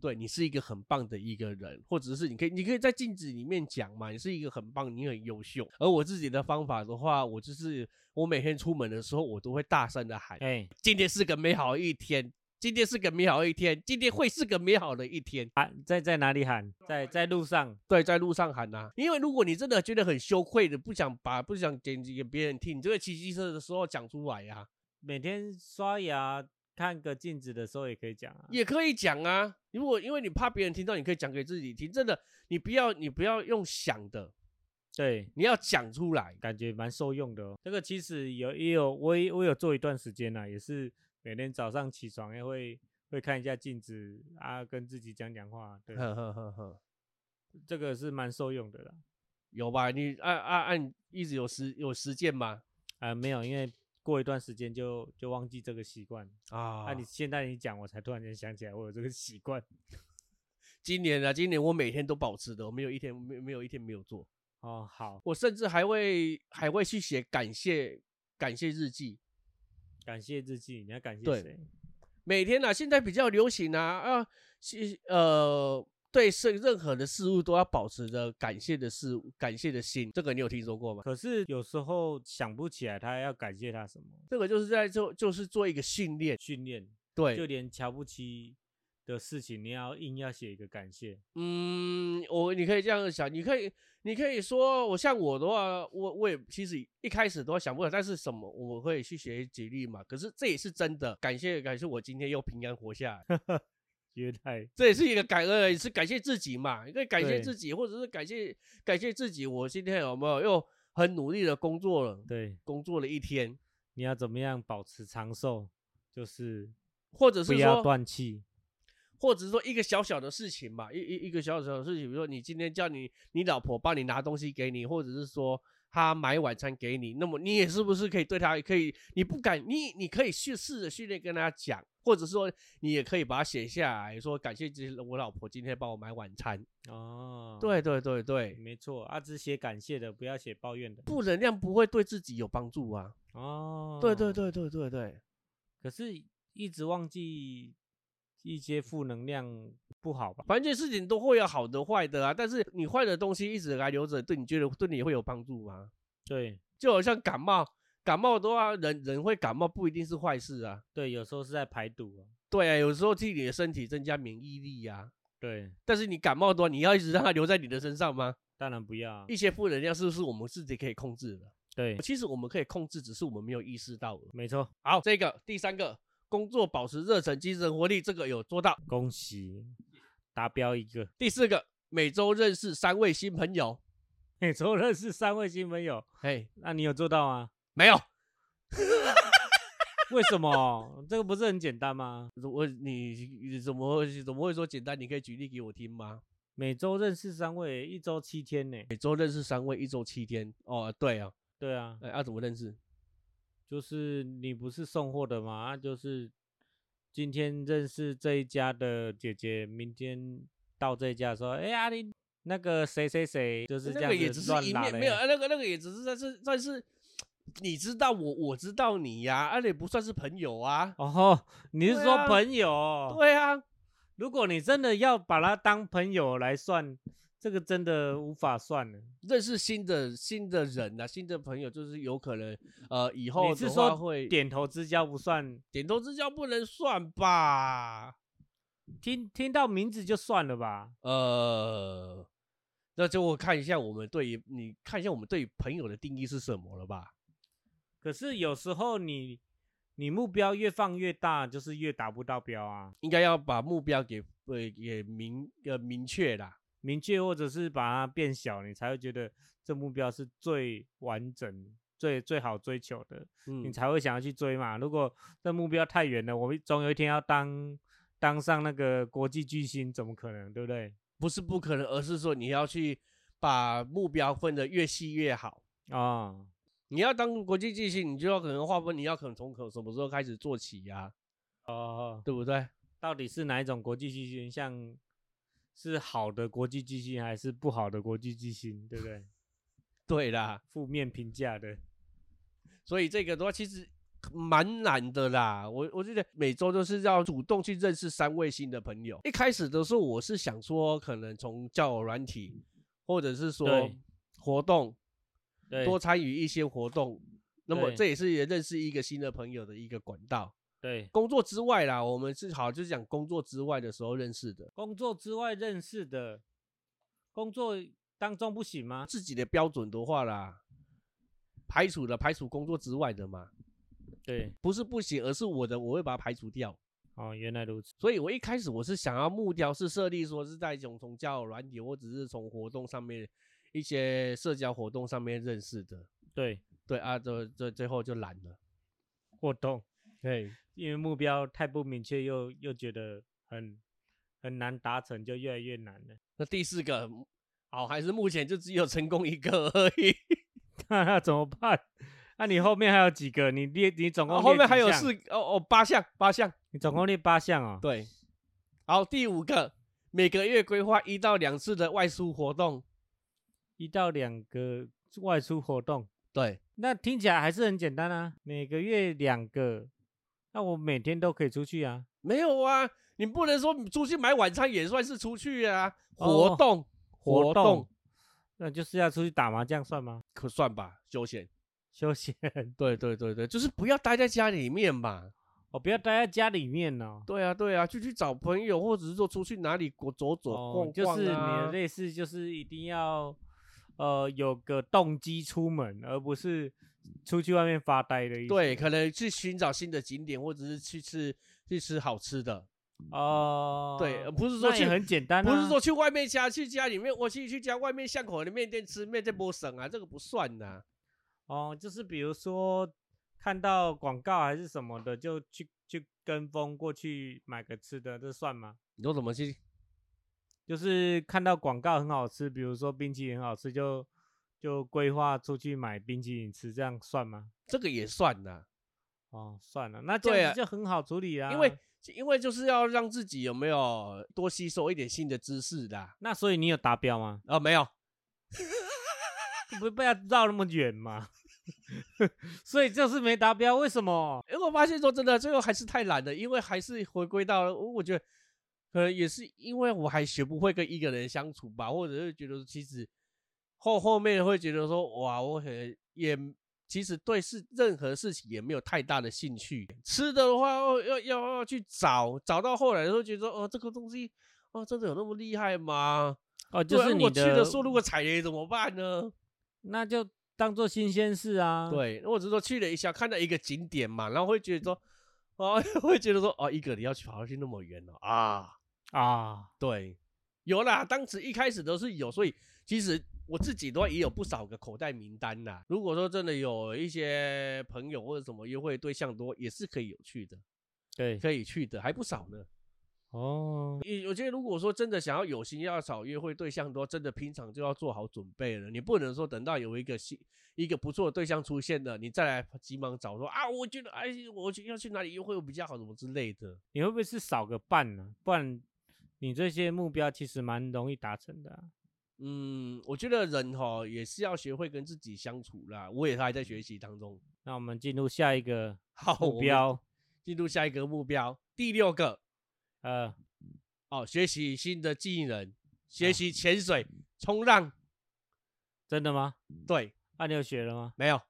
[SPEAKER 1] 对你是一个很棒的一个人，或者是你可以你可以在镜子里面讲嘛，你是一个很棒，你很优秀。而我自己的方法的话，我就是我每天出门的时候，我都会大声的喊：
[SPEAKER 2] 哎，
[SPEAKER 1] 今天是个美好的一天，今天是个美好的一天，今天会是个美好的一天。
[SPEAKER 2] 啊，在在哪里喊？在在路上。
[SPEAKER 1] 对，在路上喊呐、因为如果你真的觉得很羞愧的，不想把不想给给别人听，你就会骑机车的时候讲出来呀、
[SPEAKER 2] 每天刷牙、看个镜子的时候也可以讲啊。
[SPEAKER 1] 也可以讲啊。如果因为你怕别人听到，你可以讲给自己听。真的，你不要你不要用想的，
[SPEAKER 2] 对，
[SPEAKER 1] 你要讲出来。
[SPEAKER 2] 感觉蛮受用的哦。这个其实有也有我也我有做一段时间啦，也是每天早上起床也会会看一下镜子啊，跟自己讲讲话。
[SPEAKER 1] [laughs]
[SPEAKER 2] 对，
[SPEAKER 1] 呵呵呵呵，
[SPEAKER 2] 这个是蛮受用的啦。
[SPEAKER 1] 有吧？你按按按，一直有实有实践吗？
[SPEAKER 2] 啊、没有，因为过一段时间就就忘记这个习惯。
[SPEAKER 1] 啊
[SPEAKER 2] 那、你现在你讲，我才突然间想起来我有这个习惯。
[SPEAKER 1] 今年啊，今年我每天都保持的，我没有一天没有没有一天没有做。
[SPEAKER 2] 哦，好，
[SPEAKER 1] 我甚至还会还会去写感谢感谢日记，
[SPEAKER 2] 感谢日记，你要感谢
[SPEAKER 1] 对
[SPEAKER 2] 谁？
[SPEAKER 1] 每天啊，现在比较流行啊啊，是呃，对是任何的事物都要保持着感谢的事物，感谢的心。这个你有听说过吗？
[SPEAKER 2] 可是有时候想不起来他要感谢他什么
[SPEAKER 1] 这个就是在做，就是做一个训练。
[SPEAKER 2] 训练，就
[SPEAKER 1] 对，
[SPEAKER 2] 连瞧不起的事情，你要硬要写一个感谢。
[SPEAKER 1] 嗯，我你可以这样想，你可以，你可以说，我像我的话，我我也其实一开始都想不了，但是什么我会去写举例嘛。可是这也是真的，感谢感谢我今天又平安活下来。
[SPEAKER 2] [laughs] 原来
[SPEAKER 1] 这也是一个感恩，也是感谢自己嘛，因为感谢
[SPEAKER 2] 对
[SPEAKER 1] 自己，或者是感谢感谢自己，我今天有没有又很努力的工作了，
[SPEAKER 2] [laughs] 对，
[SPEAKER 1] 工作了一天，
[SPEAKER 2] 你要怎么样保持长寿，就是
[SPEAKER 1] 或者
[SPEAKER 2] 不
[SPEAKER 1] 是
[SPEAKER 2] 要
[SPEAKER 1] 说，
[SPEAKER 2] 断气。
[SPEAKER 1] 或者是说一个小小的事情嘛，一一一个小小的事情，比如说你今天叫你你老婆帮你拿东西给你，或者是说她买晚餐给你，那么你也是不是可以对她可以，你不敢，你你可以去试着训练跟她讲，或者是说你也可以把它写下来，说感谢这我老婆今天帮我买晚餐。
[SPEAKER 2] 哦，
[SPEAKER 1] 对，对对对，
[SPEAKER 2] 没错，啊，只写感谢的，不要写抱怨的。
[SPEAKER 1] 负能量不会对自己有帮助啊。
[SPEAKER 2] 哦，
[SPEAKER 1] 对对。对对对对，
[SPEAKER 2] 可是一直忘记一些负能量不好吧？
[SPEAKER 1] 反正这事情都会有好的坏的啊。但是你坏的东西一直来留着，对你觉得对你会有帮助吗？
[SPEAKER 2] 对
[SPEAKER 1] 就好像感冒，感冒的话，人人会感冒不一定是坏事啊。
[SPEAKER 2] 对，有时候是在排毒啊。
[SPEAKER 1] 对啊，有时候替你的身体增加免疫力啊。
[SPEAKER 2] 对，
[SPEAKER 1] 但是你感冒的话，你要一直让它留在你的身上吗？
[SPEAKER 2] 当然不要啊。
[SPEAKER 1] 一些负能量是不是我们自己可以控制的？
[SPEAKER 2] 对， [laughs]
[SPEAKER 1] 其实我们可以控制，只是我们没有意识到而已。
[SPEAKER 2] 没错。
[SPEAKER 1] 好，这个第三个，工作保持热忱、精神活力，这个有做到。
[SPEAKER 2] 恭喜达标一个， [laughs]
[SPEAKER 1] 第四个，每周认识三位新朋友，
[SPEAKER 2] 每周认识三位新朋友，
[SPEAKER 1] 嘿，
[SPEAKER 2] 那你有做到吗？
[SPEAKER 1] 没有，
[SPEAKER 2] 为什么？这个不是很简单吗？
[SPEAKER 1] 我你你怎么会怎么会说简单？你可以举例给我听吗？
[SPEAKER 2] 每周认识三位，一周七天呢、
[SPEAKER 1] 每周认识三位，一周七天。哦，对啊，
[SPEAKER 2] 对啊，
[SPEAKER 1] 哎，要、怎么认识？
[SPEAKER 2] 就是你不是送货的嘛，啊就是今天认识这一家的姐姐，明天到这一家说，哎、呀，你那个谁谁谁，就是这
[SPEAKER 1] 那
[SPEAKER 2] 样
[SPEAKER 1] 个也只
[SPEAKER 2] 子
[SPEAKER 1] 是
[SPEAKER 2] 乱
[SPEAKER 1] 一
[SPEAKER 2] 拉
[SPEAKER 1] 面，
[SPEAKER 2] 嘞
[SPEAKER 1] 没有，啊那个那个也只是算是算是你知道我，我知道你呀、而、且不算是朋友啊。
[SPEAKER 2] 哦，你是
[SPEAKER 1] 对
[SPEAKER 2] 说
[SPEAKER 1] 啊
[SPEAKER 2] 朋友？哦
[SPEAKER 1] 对啊，
[SPEAKER 2] 如果你真的要把他当朋友来算，这个真的无法算了。
[SPEAKER 1] 认识新的新的人啊，新的朋友就是有可能，呃，以后
[SPEAKER 2] 你是
[SPEAKER 1] 的话
[SPEAKER 2] 说
[SPEAKER 1] 会
[SPEAKER 2] 点头之交不算，
[SPEAKER 1] 点头之交不能算吧？
[SPEAKER 2] 听听到名字就算了吧？
[SPEAKER 1] 呃，那就我看一下我们对于你看一下我们对于朋友的定义是什么了吧？
[SPEAKER 2] 可是有时候你你目标越放越大，就是越达不到标啊，
[SPEAKER 1] 应该要把目标给呃也明呃明确啦。
[SPEAKER 2] 明确或者是把它变小，你才会觉得这目标是最完整、最最好追求的。你
[SPEAKER 1] 嗯，
[SPEAKER 2] 才会想要去追嘛。如果这目标太远了，我们总有一天要当当上那个国际巨星，怎么可能，对不对？
[SPEAKER 1] 不是不可能，而是说你要去把目标分得越细越好。
[SPEAKER 2] 啊、
[SPEAKER 1] 你要当国际巨星，你就要可能划分，你要可能从可什么时候开始做起呀、
[SPEAKER 2] 哦，
[SPEAKER 1] 对不对？
[SPEAKER 2] 到底是哪一种国际巨星？像是好的国际巨星还是不好的国际巨星，对不对？
[SPEAKER 1] 对啦，
[SPEAKER 2] 负面评价的，
[SPEAKER 1] 所以这个的话其实蛮难的啦。我我觉得每周都是要主动去认识三位新的朋友。一开始的时候，我是想说，可能从交友软体，或者是说
[SPEAKER 2] 对
[SPEAKER 1] 活动，
[SPEAKER 2] 对
[SPEAKER 1] 多参与一些活动。那么
[SPEAKER 2] 对
[SPEAKER 1] 这也是也认识一个新的朋友的一个管道。
[SPEAKER 2] 对。
[SPEAKER 1] 工作之外啦，我们是好就是讲工作之外的时候认识的，
[SPEAKER 2] 工作之外认识的，工作当中不行吗？
[SPEAKER 1] 啊自己的标准的话啦，排除了排除工作之外的嘛，
[SPEAKER 2] 对，
[SPEAKER 1] 不是不行，而是我的我会把它排除掉。
[SPEAKER 2] 哦，原来如此。
[SPEAKER 1] 所以我一开始我是想要目标是设立说是在一种从交友软体或只是从活动上面一些社交活动上面认识的，
[SPEAKER 2] 对，
[SPEAKER 1] 对啊，这这最后就懒了，
[SPEAKER 2] 活动，
[SPEAKER 1] 对，
[SPEAKER 2] 因为目标太不明确，又又觉得很很难达成，就越来越难了。 [laughs]
[SPEAKER 1] 那第四个，好、还是目前就只有成功一个而已，
[SPEAKER 2] 那那怎么办？那、你后面还有几个？你列你总共、
[SPEAKER 1] 哦、后面还有四，个哦哦八项八项，
[SPEAKER 2] 你总共列八项哦。
[SPEAKER 1] 对，好第五个，每个月规划一到两次的外出活动，
[SPEAKER 2] 一到两个外出活动，
[SPEAKER 1] 对，
[SPEAKER 2] 那听起来还是很简单啊。每个月两个，那我每天都可以出去啊。
[SPEAKER 1] 没有啊，你不能说出去买晚餐也算是出去啊，
[SPEAKER 2] 哦
[SPEAKER 1] 活动、活动。
[SPEAKER 2] 那就是要出去打麻将算吗？ [laughs]
[SPEAKER 1] 可算吧，休闲。
[SPEAKER 2] 休闲，
[SPEAKER 1] 对对对对，就是不要待在家里面嘛。
[SPEAKER 2] 我哦不要待在家里面哦。
[SPEAKER 1] 对啊对啊，就去找朋友，或者是说出去哪里走走走、
[SPEAKER 2] 哦
[SPEAKER 1] 逛逛、啊、
[SPEAKER 2] 就是你的类似就是一定要呃有个动机出门，而不是出去外面发呆的意思。
[SPEAKER 1] 对，可能去寻找新的景点，或者是去吃去吃好吃的。
[SPEAKER 2] 哦，
[SPEAKER 1] 对，不是
[SPEAKER 2] 那
[SPEAKER 1] 说
[SPEAKER 2] 也
[SPEAKER 1] 去。
[SPEAKER 2] 很简单、啊，
[SPEAKER 1] 不是说去外面家去家里面，我去去家外面巷口的面店吃面店不省啊，这个不算呐、
[SPEAKER 2] 哦，就是比如说看到广告还是什么的，就去去跟风过去买个吃的，这算吗？
[SPEAKER 1] 你说怎么去？
[SPEAKER 2] 就是看到广告很好吃，比如说冰淇淋很好吃，就就规划出去买冰淇淋吃，这样算吗？
[SPEAKER 1] 这个也算呐、
[SPEAKER 2] 哦，算了，那这
[SPEAKER 1] 对
[SPEAKER 2] 样
[SPEAKER 1] 啊
[SPEAKER 2] 子就很好处理啦。啊
[SPEAKER 1] 因为因为就是要让自己有没有多吸收一点新的知识的啊、
[SPEAKER 2] 那所以你有达标吗？
[SPEAKER 1] 啊没有，
[SPEAKER 2] 不不要绕那么远嘛， [laughs] 所以就是没达标。为什么？
[SPEAKER 1] 因为我发现说真的，最后还是太懒了，因为还是回归到了，我觉得可能也是因为我还学不会跟一个人相处吧，或者是觉得其实后后面会觉得说哇，我很也其实对事任何事情也没有太大的兴趣。吃的的话，哦要要要去找，找到后来的时候觉得说哦，这个东西哦，真的有那么厉害吗？
[SPEAKER 2] 哦，
[SPEAKER 1] 对
[SPEAKER 2] 就
[SPEAKER 1] 啊
[SPEAKER 2] 是
[SPEAKER 1] 如
[SPEAKER 2] 你
[SPEAKER 1] 果去的时候如果踩雷怎么办呢？
[SPEAKER 2] 那就当做新鲜事啊。，
[SPEAKER 1] 对，我只是说去了一下，看到一个景点嘛，然后会觉得说，哦， [laughs] 会觉得说哦，一个你要去跑去那么远哦啊，
[SPEAKER 2] 啊，
[SPEAKER 1] 对，有啦，当时一开始都是有，所以其实我自己的话也有不少个口袋名单啦。如果说真的有一些朋友或者什么约会对象多，也是可以有去的，
[SPEAKER 2] 对，
[SPEAKER 1] 可以去的还不少呢。
[SPEAKER 2] 哦，
[SPEAKER 1] 也我觉得如果说真的想要有心要找约会对象多，真的平常就要做好准备了。你不能说等到有一个新一个不错的对象出现了，你再来急忙找说啊，我觉得哎，我去要去哪里约会比较好，什么之类的。
[SPEAKER 2] 你会不会是少个伴呢、不然你这些目标其实蛮容易达成的啊、
[SPEAKER 1] 嗯，我觉得人哈也是要学会跟自己相处啦。我也还在学习当中。
[SPEAKER 2] 那我们进入下一个
[SPEAKER 1] 好，我
[SPEAKER 2] 目
[SPEAKER 1] 们
[SPEAKER 2] 标，
[SPEAKER 1] 进入下一个目标，第六个
[SPEAKER 2] 呃，
[SPEAKER 1] 哦，学习新的技能，学
[SPEAKER 2] 啊
[SPEAKER 1] 习潜水、冲浪。
[SPEAKER 2] 真的吗？
[SPEAKER 1] 对，
[SPEAKER 2] 啊，你有学了吗？
[SPEAKER 1] 没有，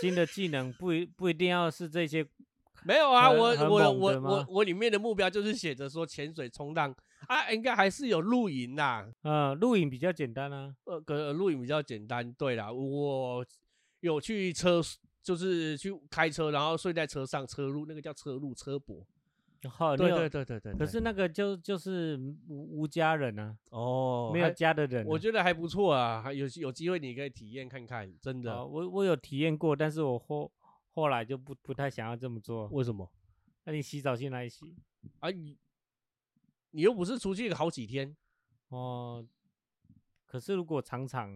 [SPEAKER 2] 新的技能不一不一定要是这些
[SPEAKER 1] [laughs] 没有啊，
[SPEAKER 2] 很
[SPEAKER 1] 我
[SPEAKER 2] 很
[SPEAKER 1] 我
[SPEAKER 2] 猛
[SPEAKER 1] 我
[SPEAKER 2] 的
[SPEAKER 1] 我
[SPEAKER 2] 吗
[SPEAKER 1] 我里面的目标就是写着说潜水、冲浪啊，应该还是有露营啦。
[SPEAKER 2] 呃，录影比较简单啊。
[SPEAKER 1] 呃，可露营比较简单。对啦，我有去车，就是去开车，然后睡在车上，车路那个叫车路车泊。
[SPEAKER 2] 好，呃你
[SPEAKER 1] 对
[SPEAKER 2] 有
[SPEAKER 1] 对对对对。
[SPEAKER 2] 可
[SPEAKER 1] 对
[SPEAKER 2] 是那个就就是无无家人啊，
[SPEAKER 1] 哦，
[SPEAKER 2] 没有
[SPEAKER 1] 还
[SPEAKER 2] 家的人啊、
[SPEAKER 1] 我觉得还不错啊，还有有机会你可以体验看看，真的。
[SPEAKER 2] 哦我我有体验过，但是我后后来就不不太想要这么做。
[SPEAKER 1] 为什么
[SPEAKER 2] 那你洗澡去哪里洗？
[SPEAKER 1] 啊？你你又不是出去个好几天，
[SPEAKER 2] 哦，可是如果常常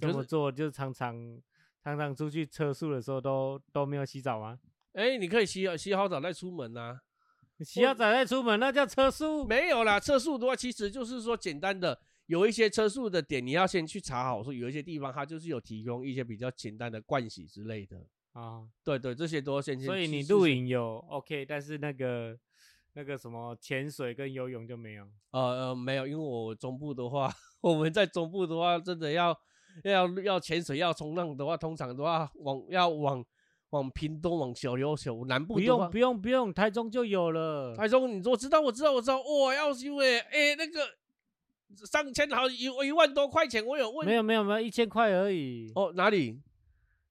[SPEAKER 2] 这
[SPEAKER 1] 可
[SPEAKER 2] 么
[SPEAKER 1] 是
[SPEAKER 2] 做，就是常常常常出去车速的时候都都没有洗澡吗？
[SPEAKER 1] 哎、你可以洗好洗好澡再出门啊呐、
[SPEAKER 2] 你洗好澡再出门，那叫车速。
[SPEAKER 1] 没有啦，车速的话，其实就是说简单的，有一些车速的点，你要先去查好，说有一些地方它就是有提供一些比较简单的盥洗之类的。
[SPEAKER 2] 啊，
[SPEAKER 1] 对对，这些都要先去。
[SPEAKER 2] 所以你
[SPEAKER 1] 是
[SPEAKER 2] 露
[SPEAKER 1] 是
[SPEAKER 2] 营有 OK，但是那个那个什么潜水跟游泳就没有。
[SPEAKER 1] 呃呃没有，因为我中部的话， [laughs] 我们在中部的话，真的要要要潜水要冲浪的话，通常的话往要往往屏东往小琉球南部
[SPEAKER 2] 不
[SPEAKER 1] 的
[SPEAKER 2] 用
[SPEAKER 1] 话
[SPEAKER 2] 不用不用，台中就有了。
[SPEAKER 1] 台中，你说我知道我知道我知道，哇要因为哎那个上千好一一万多块钱，我有问
[SPEAKER 2] 没有没有没有，一千块而已。
[SPEAKER 1] 哦哪里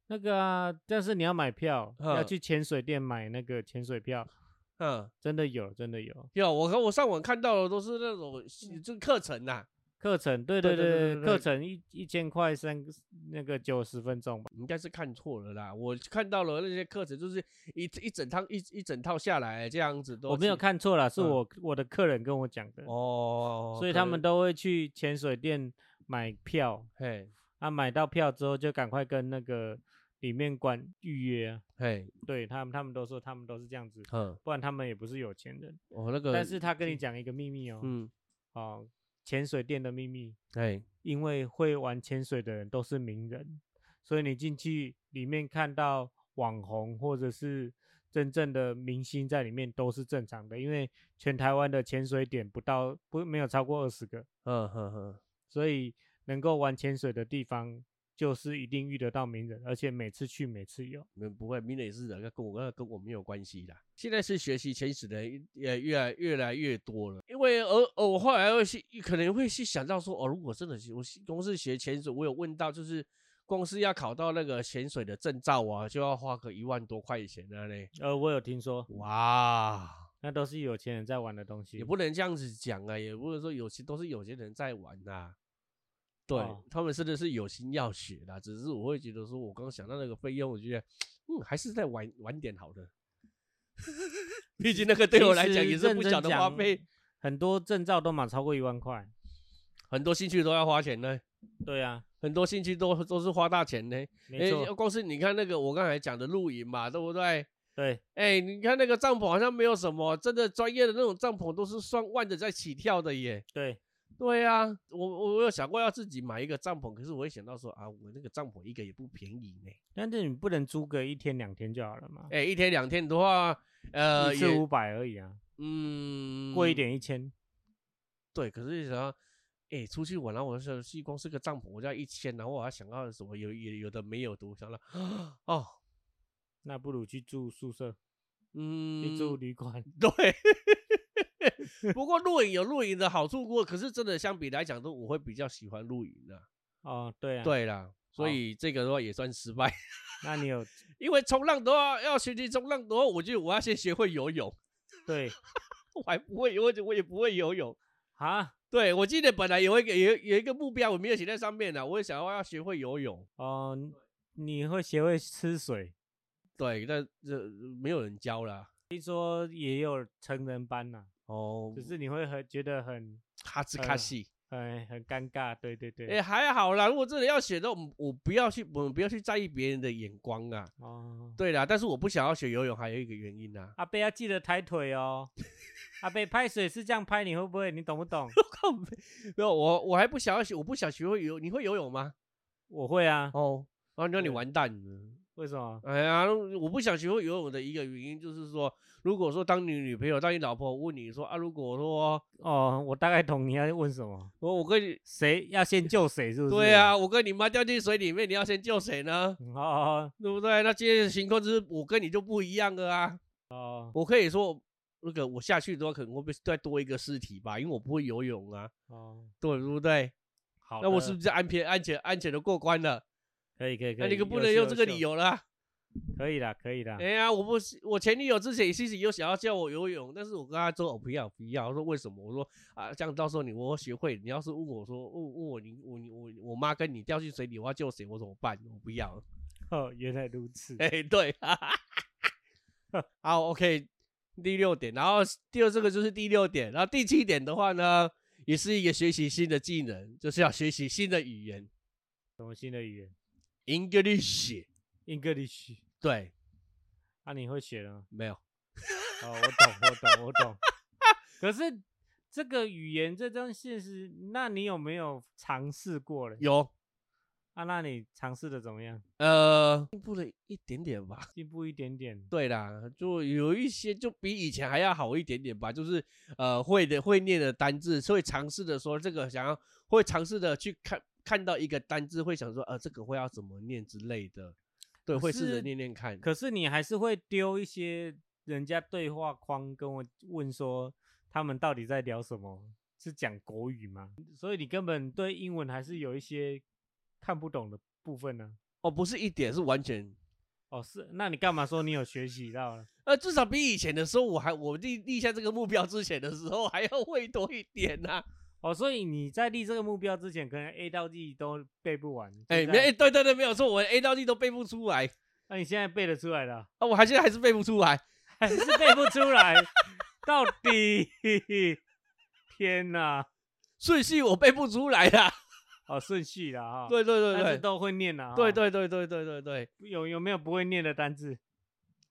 [SPEAKER 2] 那个啊，但是你要买票，要
[SPEAKER 1] 呵
[SPEAKER 2] 去潜水店买那个潜水票，
[SPEAKER 1] 嗯。
[SPEAKER 2] 真的有，真的有
[SPEAKER 1] 有，我和我上网看到的都是那种
[SPEAKER 2] 嗯
[SPEAKER 1] 就是课程呐、
[SPEAKER 2] 课程。对
[SPEAKER 1] 对
[SPEAKER 2] 对
[SPEAKER 1] 对对
[SPEAKER 2] 对
[SPEAKER 1] 对
[SPEAKER 2] 课
[SPEAKER 1] 对
[SPEAKER 2] 程一一千块三那个九十分钟吧。
[SPEAKER 1] 应该是看错了啦。我看到了那些课程，就是一一整套一一整套下来这样子都。
[SPEAKER 2] 我没有看错了，是
[SPEAKER 1] 嗯
[SPEAKER 2] 我我的客人跟我讲的，
[SPEAKER 1] 哦，
[SPEAKER 2] 所以
[SPEAKER 1] 可
[SPEAKER 2] 他们
[SPEAKER 1] 能
[SPEAKER 2] 都会去潜水店买票
[SPEAKER 1] 嘿
[SPEAKER 2] 啊，买到票之后就赶快跟那个里面管预约啊。
[SPEAKER 1] 嘿，
[SPEAKER 2] 对他们，他们都说他们都是这样子，
[SPEAKER 1] 嗯，
[SPEAKER 2] 不然他们也不是有钱人。
[SPEAKER 1] 我、那个，
[SPEAKER 2] 但是他跟你讲一个秘密哦，
[SPEAKER 1] 嗯，
[SPEAKER 2] 哦，潜水店的秘密，
[SPEAKER 1] 哎，
[SPEAKER 2] 因为会玩潜水的人都是名人，所以你进去里面看到网红或者是真正的明星在里面都是正常的，因为全台湾的潜水点不到不没有超过二十个，
[SPEAKER 1] 嗯哼哼，
[SPEAKER 2] 所以能够玩潜水的地方就是一定遇得到名人，而且每次去每次有。
[SPEAKER 1] 没不会，明磊是人，跟我跟跟我没有关系啦。现在是学习潜水的人也越来越来越多了，因为而而我后来会去可能会去想到说，哦，如果真的是我是公司学潜水，我有问到就是。光是要考到那个潜水的证照啊，就要花个一万多块钱了嘞！
[SPEAKER 2] 呃，我有听说，
[SPEAKER 1] 哇，
[SPEAKER 2] 那都是有钱人在玩的东西
[SPEAKER 1] 也。不能这样子讲啊，也不是说有些都是有些人在玩呐、对、
[SPEAKER 2] 哦
[SPEAKER 1] 他们真的是有心要学啦，只是我会觉得说，我刚想到那个费用，我觉得，嗯，还是再晚晚点好的。毕竟那个对我来讲
[SPEAKER 2] 其
[SPEAKER 1] 也
[SPEAKER 2] 实
[SPEAKER 1] 是不
[SPEAKER 2] 认真
[SPEAKER 1] 小的花
[SPEAKER 2] 讲
[SPEAKER 1] 费，，
[SPEAKER 2] 很多证照都满超过一万块。
[SPEAKER 1] 很多兴趣都要花钱呢，
[SPEAKER 2] 对啊，
[SPEAKER 1] 很多兴趣都都是花大钱呢。
[SPEAKER 2] 没错，
[SPEAKER 1] 光是你看那个我刚才讲的露营嘛，对不对？
[SPEAKER 2] 对，
[SPEAKER 1] 哎、你看那个帐篷好像没有什么，真的专业的那种帐篷都是上万的在起跳的耶。
[SPEAKER 2] 对，
[SPEAKER 1] 对呀、我我我有想过要自己买一个帐篷，可是我会想到说啊，我那个帐篷一个也不便宜呢。
[SPEAKER 2] 但是你不能租个一天两天就好了嘛，
[SPEAKER 1] 哎、一天两天的话，呃，
[SPEAKER 2] 一次
[SPEAKER 1] 也
[SPEAKER 2] 五百而已啊，
[SPEAKER 1] 嗯
[SPEAKER 2] 贵一。点一千，
[SPEAKER 1] 对，可是想要哎、出去玩，然后我说西光是个帐篷，我就要一千，然后我还想到什么有有有的没有的，我想到哦，
[SPEAKER 2] 那不如去住宿舍，去
[SPEAKER 1] 嗯，
[SPEAKER 2] 住旅馆。
[SPEAKER 1] [laughs] 对。不过露营有露营的好处，过可是真的相比来讲，都我会比较喜欢露营的、
[SPEAKER 2] 哦，对啊，，
[SPEAKER 1] 对啦，所
[SPEAKER 2] 好
[SPEAKER 1] 以这个的话也算失败。
[SPEAKER 2] 那你有
[SPEAKER 1] 因为冲浪的话要学习冲浪的话，我觉得我要先学会游泳，
[SPEAKER 2] 对
[SPEAKER 1] 我还不会游泳，我也不会游泳。
[SPEAKER 2] 啊？
[SPEAKER 1] 对，我记得本来有一个有有一个目标，我没有写在上面的，我也想要要学会游泳。
[SPEAKER 2] 哦、你会学会吃水？
[SPEAKER 1] 对，但这、没有人教啦。
[SPEAKER 2] 听说也有成人班呐、
[SPEAKER 1] 哦
[SPEAKER 2] 只是你会很觉得很
[SPEAKER 1] 哈兹
[SPEAKER 2] 呃
[SPEAKER 1] 卡西，
[SPEAKER 2] 很很尴尬。对对对，
[SPEAKER 1] 也、还好啦。如果真的要学的，我们我不要去，我们不要去在意别人的眼光啊。
[SPEAKER 2] 哦，
[SPEAKER 1] 对啦，但是我不想要学游泳，还有一个原因 [laughs] 啊，
[SPEAKER 2] 阿贝要记得抬腿哦。阿贝拍水是这样拍，你会不会？你懂不懂？ [laughs]
[SPEAKER 1] 靠背没有我我还不想要学，我不想学会游。你会游泳吗？
[SPEAKER 2] 我会啊。
[SPEAKER 1] 哦，然后那你
[SPEAKER 2] 对
[SPEAKER 1] 完蛋了。
[SPEAKER 2] 为什么？
[SPEAKER 1] 哎呀，我不想学会游泳的一个原因就是说，如果说当你女朋友、当你老婆问你说啊，如果说
[SPEAKER 2] 哦，我大概懂你要问什么。
[SPEAKER 1] 我我跟你，
[SPEAKER 2] 谁
[SPEAKER 1] [laughs]
[SPEAKER 2] 要先救谁？是不是？
[SPEAKER 1] 对啊，我跟你妈掉进水里面，你要先救谁呢？
[SPEAKER 2] 嗯。哦
[SPEAKER 1] 对不对？那今天的情况就是我跟你就不一样了啊。
[SPEAKER 2] 哦
[SPEAKER 1] 我可以说，那个我下去的话，可能会被再多一个尸体吧，因为我不会游泳啊，
[SPEAKER 2] 哦，
[SPEAKER 1] 对对不对？
[SPEAKER 2] 好的。
[SPEAKER 1] 那我是不是安全、安全、安全的过关了？
[SPEAKER 2] 可以可以可
[SPEAKER 1] 那
[SPEAKER 2] 以？
[SPEAKER 1] 你可不
[SPEAKER 2] 优
[SPEAKER 1] 能
[SPEAKER 2] 秀
[SPEAKER 1] 用这个
[SPEAKER 2] 优秀
[SPEAKER 1] 理。由了啊。
[SPEAKER 2] 可以啦，可以啦。
[SPEAKER 1] 哎呀，我不是我前女友之前其实有想要叫我游泳，但是我跟她说我哦不要不要，她说为什么？我说啊，这样到时候你我学会，你要是问我说问问我你我你我我妈跟你掉进水里，我要救谁？我怎么办？我不要。
[SPEAKER 2] [laughs] 哦，原来如此。
[SPEAKER 1] 哎、对， [laughs] 好，OK，第六点，然后第二这个就是第六点，然后第七点的话呢，也是一个学习新的技能，就是要学习新的语言
[SPEAKER 2] 什么新的语言
[SPEAKER 1] ，English。
[SPEAKER 2] ？English。
[SPEAKER 1] 对，
[SPEAKER 2] 啊，你会写了吗？
[SPEAKER 1] 没有，
[SPEAKER 2] 哦，我懂，我懂，我
[SPEAKER 1] [laughs]
[SPEAKER 2] 懂。可是这个语言这张现实，那你有没有尝试过嘞？
[SPEAKER 1] 有，
[SPEAKER 2] 啊，那你尝试的怎么样？
[SPEAKER 1] 呃，进步了一点点吧。
[SPEAKER 2] 进步一点点。
[SPEAKER 1] 对啦，就有一些就比以前还要好一点点吧，就是呃会的会念的单字，会尝试的说这个想要会尝试的去看看到一个单字，会想说呃这个会要怎么念之类的，对，
[SPEAKER 2] 可
[SPEAKER 1] 会试
[SPEAKER 2] 是
[SPEAKER 1] 着念念看。
[SPEAKER 2] 可是你还是会丢一些人家对话框跟我问说他们到底在聊什么，是讲国语吗？所以你根本对英文还是有一些看不懂的部分呢、
[SPEAKER 1] 哦，不是一点，是完全。
[SPEAKER 2] 哦，是，那你干嘛说你有学习到了？
[SPEAKER 1] 呃，至少比以前的时候，我还我立立下这个目标之前的时候还要会多一点呐、
[SPEAKER 2] [laughs]
[SPEAKER 1] 啊。
[SPEAKER 2] 哦，所以你在立这个目标之前，可能 A 到 G 都背不完。就
[SPEAKER 1] 哎、
[SPEAKER 2] 这
[SPEAKER 1] 没哎、
[SPEAKER 2] 样，
[SPEAKER 1] 对对对，没有错，我 A 到 D 都背不出来
[SPEAKER 2] 那、你现在背得出来了，
[SPEAKER 1] 啊，我还现在还是背不出来。
[SPEAKER 2] 还是背不出来？到底？天哪！
[SPEAKER 1] 顺序我背不出来啦。
[SPEAKER 2] 哦，顺序啦哈。
[SPEAKER 1] [laughs] 对对对
[SPEAKER 2] 但
[SPEAKER 1] 对，
[SPEAKER 2] 是都会念啦。
[SPEAKER 1] 对
[SPEAKER 2] 哈。
[SPEAKER 1] 对对对对对对，
[SPEAKER 2] 有有没有不会念的单字？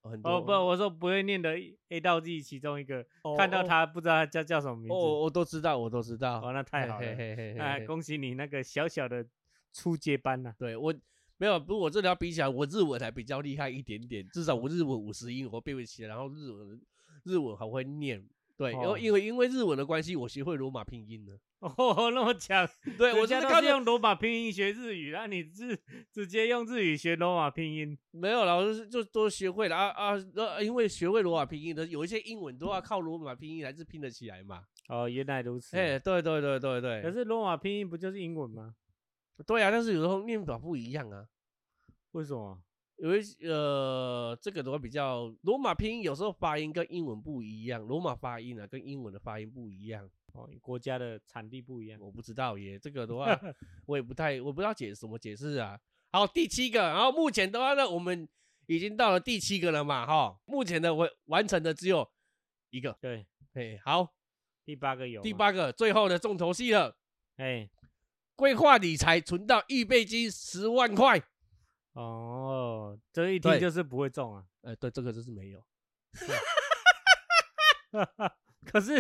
[SPEAKER 1] 很多
[SPEAKER 2] 哦，不，我说不会念的 A 到 G 其中一个，
[SPEAKER 1] 哦
[SPEAKER 2] 看到
[SPEAKER 1] 哦
[SPEAKER 2] 他不知道他叫叫什么名字。
[SPEAKER 1] 哦，我都知道，我都知道。
[SPEAKER 2] 哦，那太好了！哎，
[SPEAKER 1] 哎，
[SPEAKER 2] 恭喜你那个小小的初阶班呐。
[SPEAKER 1] 对我没有，不过我这里要比起来，我日文还比较厉害一点点，至少我日文五十音我背不起来，然后日文日文还会念。对，然后
[SPEAKER 2] 哦
[SPEAKER 1] 因为因为日文的关系，我学会罗马拼音了。 [laughs]
[SPEAKER 2] 哦，那么讲，
[SPEAKER 1] 对我
[SPEAKER 2] 人
[SPEAKER 1] 真的
[SPEAKER 2] 家都
[SPEAKER 1] 看
[SPEAKER 2] 是
[SPEAKER 1] 到
[SPEAKER 2] 用罗马拼音学日语，那你直直接用日语学罗马拼音。
[SPEAKER 1] 没有啦，我就是就都学会了啊啊！呃因为学会罗马拼音的，有一些英文都要靠罗马拼音来是拼得起来嘛。
[SPEAKER 2] 哦，原来如此。
[SPEAKER 1] 哎，对对对对对，
[SPEAKER 2] 可是罗马拼音不就是英文吗？
[SPEAKER 1] 对啊，但是有时候念法不一样啊。
[SPEAKER 2] 为什么？
[SPEAKER 1] 有一些呃，这个的话比较罗马拼音有时候发音跟英文不一样，罗马发音啊跟英文的发音不一样，
[SPEAKER 2] 哦，国家的产地不一样。
[SPEAKER 1] 我不知道耶。这个的 [laughs] 话我也不太，我不知道解怎么解释啊。好，第七个，然后目前的话呢，我们已经到了第七个了嘛，哈，目前的我完成的只有一个，
[SPEAKER 2] 对，
[SPEAKER 1] 嘿，好，
[SPEAKER 2] 第八个有。
[SPEAKER 1] 第，八个最后的重头戏了，
[SPEAKER 2] 哎，
[SPEAKER 1] 规划理财存到预备金十万块，
[SPEAKER 2] 哦，这一听
[SPEAKER 1] 对
[SPEAKER 2] 就是不会中啊。
[SPEAKER 1] 呃，对，这个就是没有，
[SPEAKER 2] 可是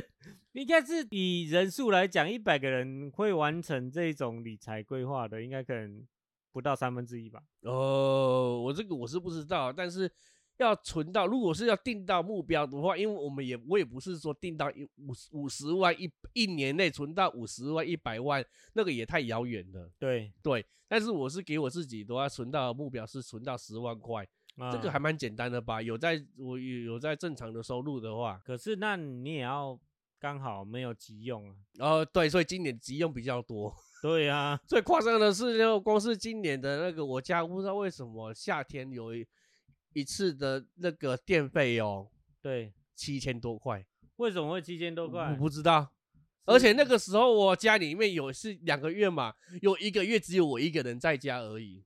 [SPEAKER 2] 应该是以人数来讲，一百个人会完成这种理财规划的，应该可能不到三分之一吧。
[SPEAKER 1] 哦，我这个我是不知道，但是要存到，如果是要定到目标的话，因为我们也我也不是说定到一五十五十万一一年内存到五十万一百万，那个也太遥远了。
[SPEAKER 2] 对，
[SPEAKER 1] 对，但是我是给我自己的话，存到的目标是存到十万块，这个
[SPEAKER 2] 嗯
[SPEAKER 1] 还蛮简单的吧？有在我有有在正常的收入的话，
[SPEAKER 2] 可是那你也要刚好没有急用啊。
[SPEAKER 1] 呃，对，所以今年急用比较多， [laughs]
[SPEAKER 2] 对啊，
[SPEAKER 1] 最夸张的是，就光是今年的那个，我家不知道为什么夏天有一一次的那个电费哦，
[SPEAKER 2] 对，
[SPEAKER 1] 七千多块，
[SPEAKER 2] 为什么会七千多
[SPEAKER 1] 我
[SPEAKER 2] 块？
[SPEAKER 1] 不知道。而且那个时候我家里面有是两个月嘛，有一个月只有我一个人在家而已。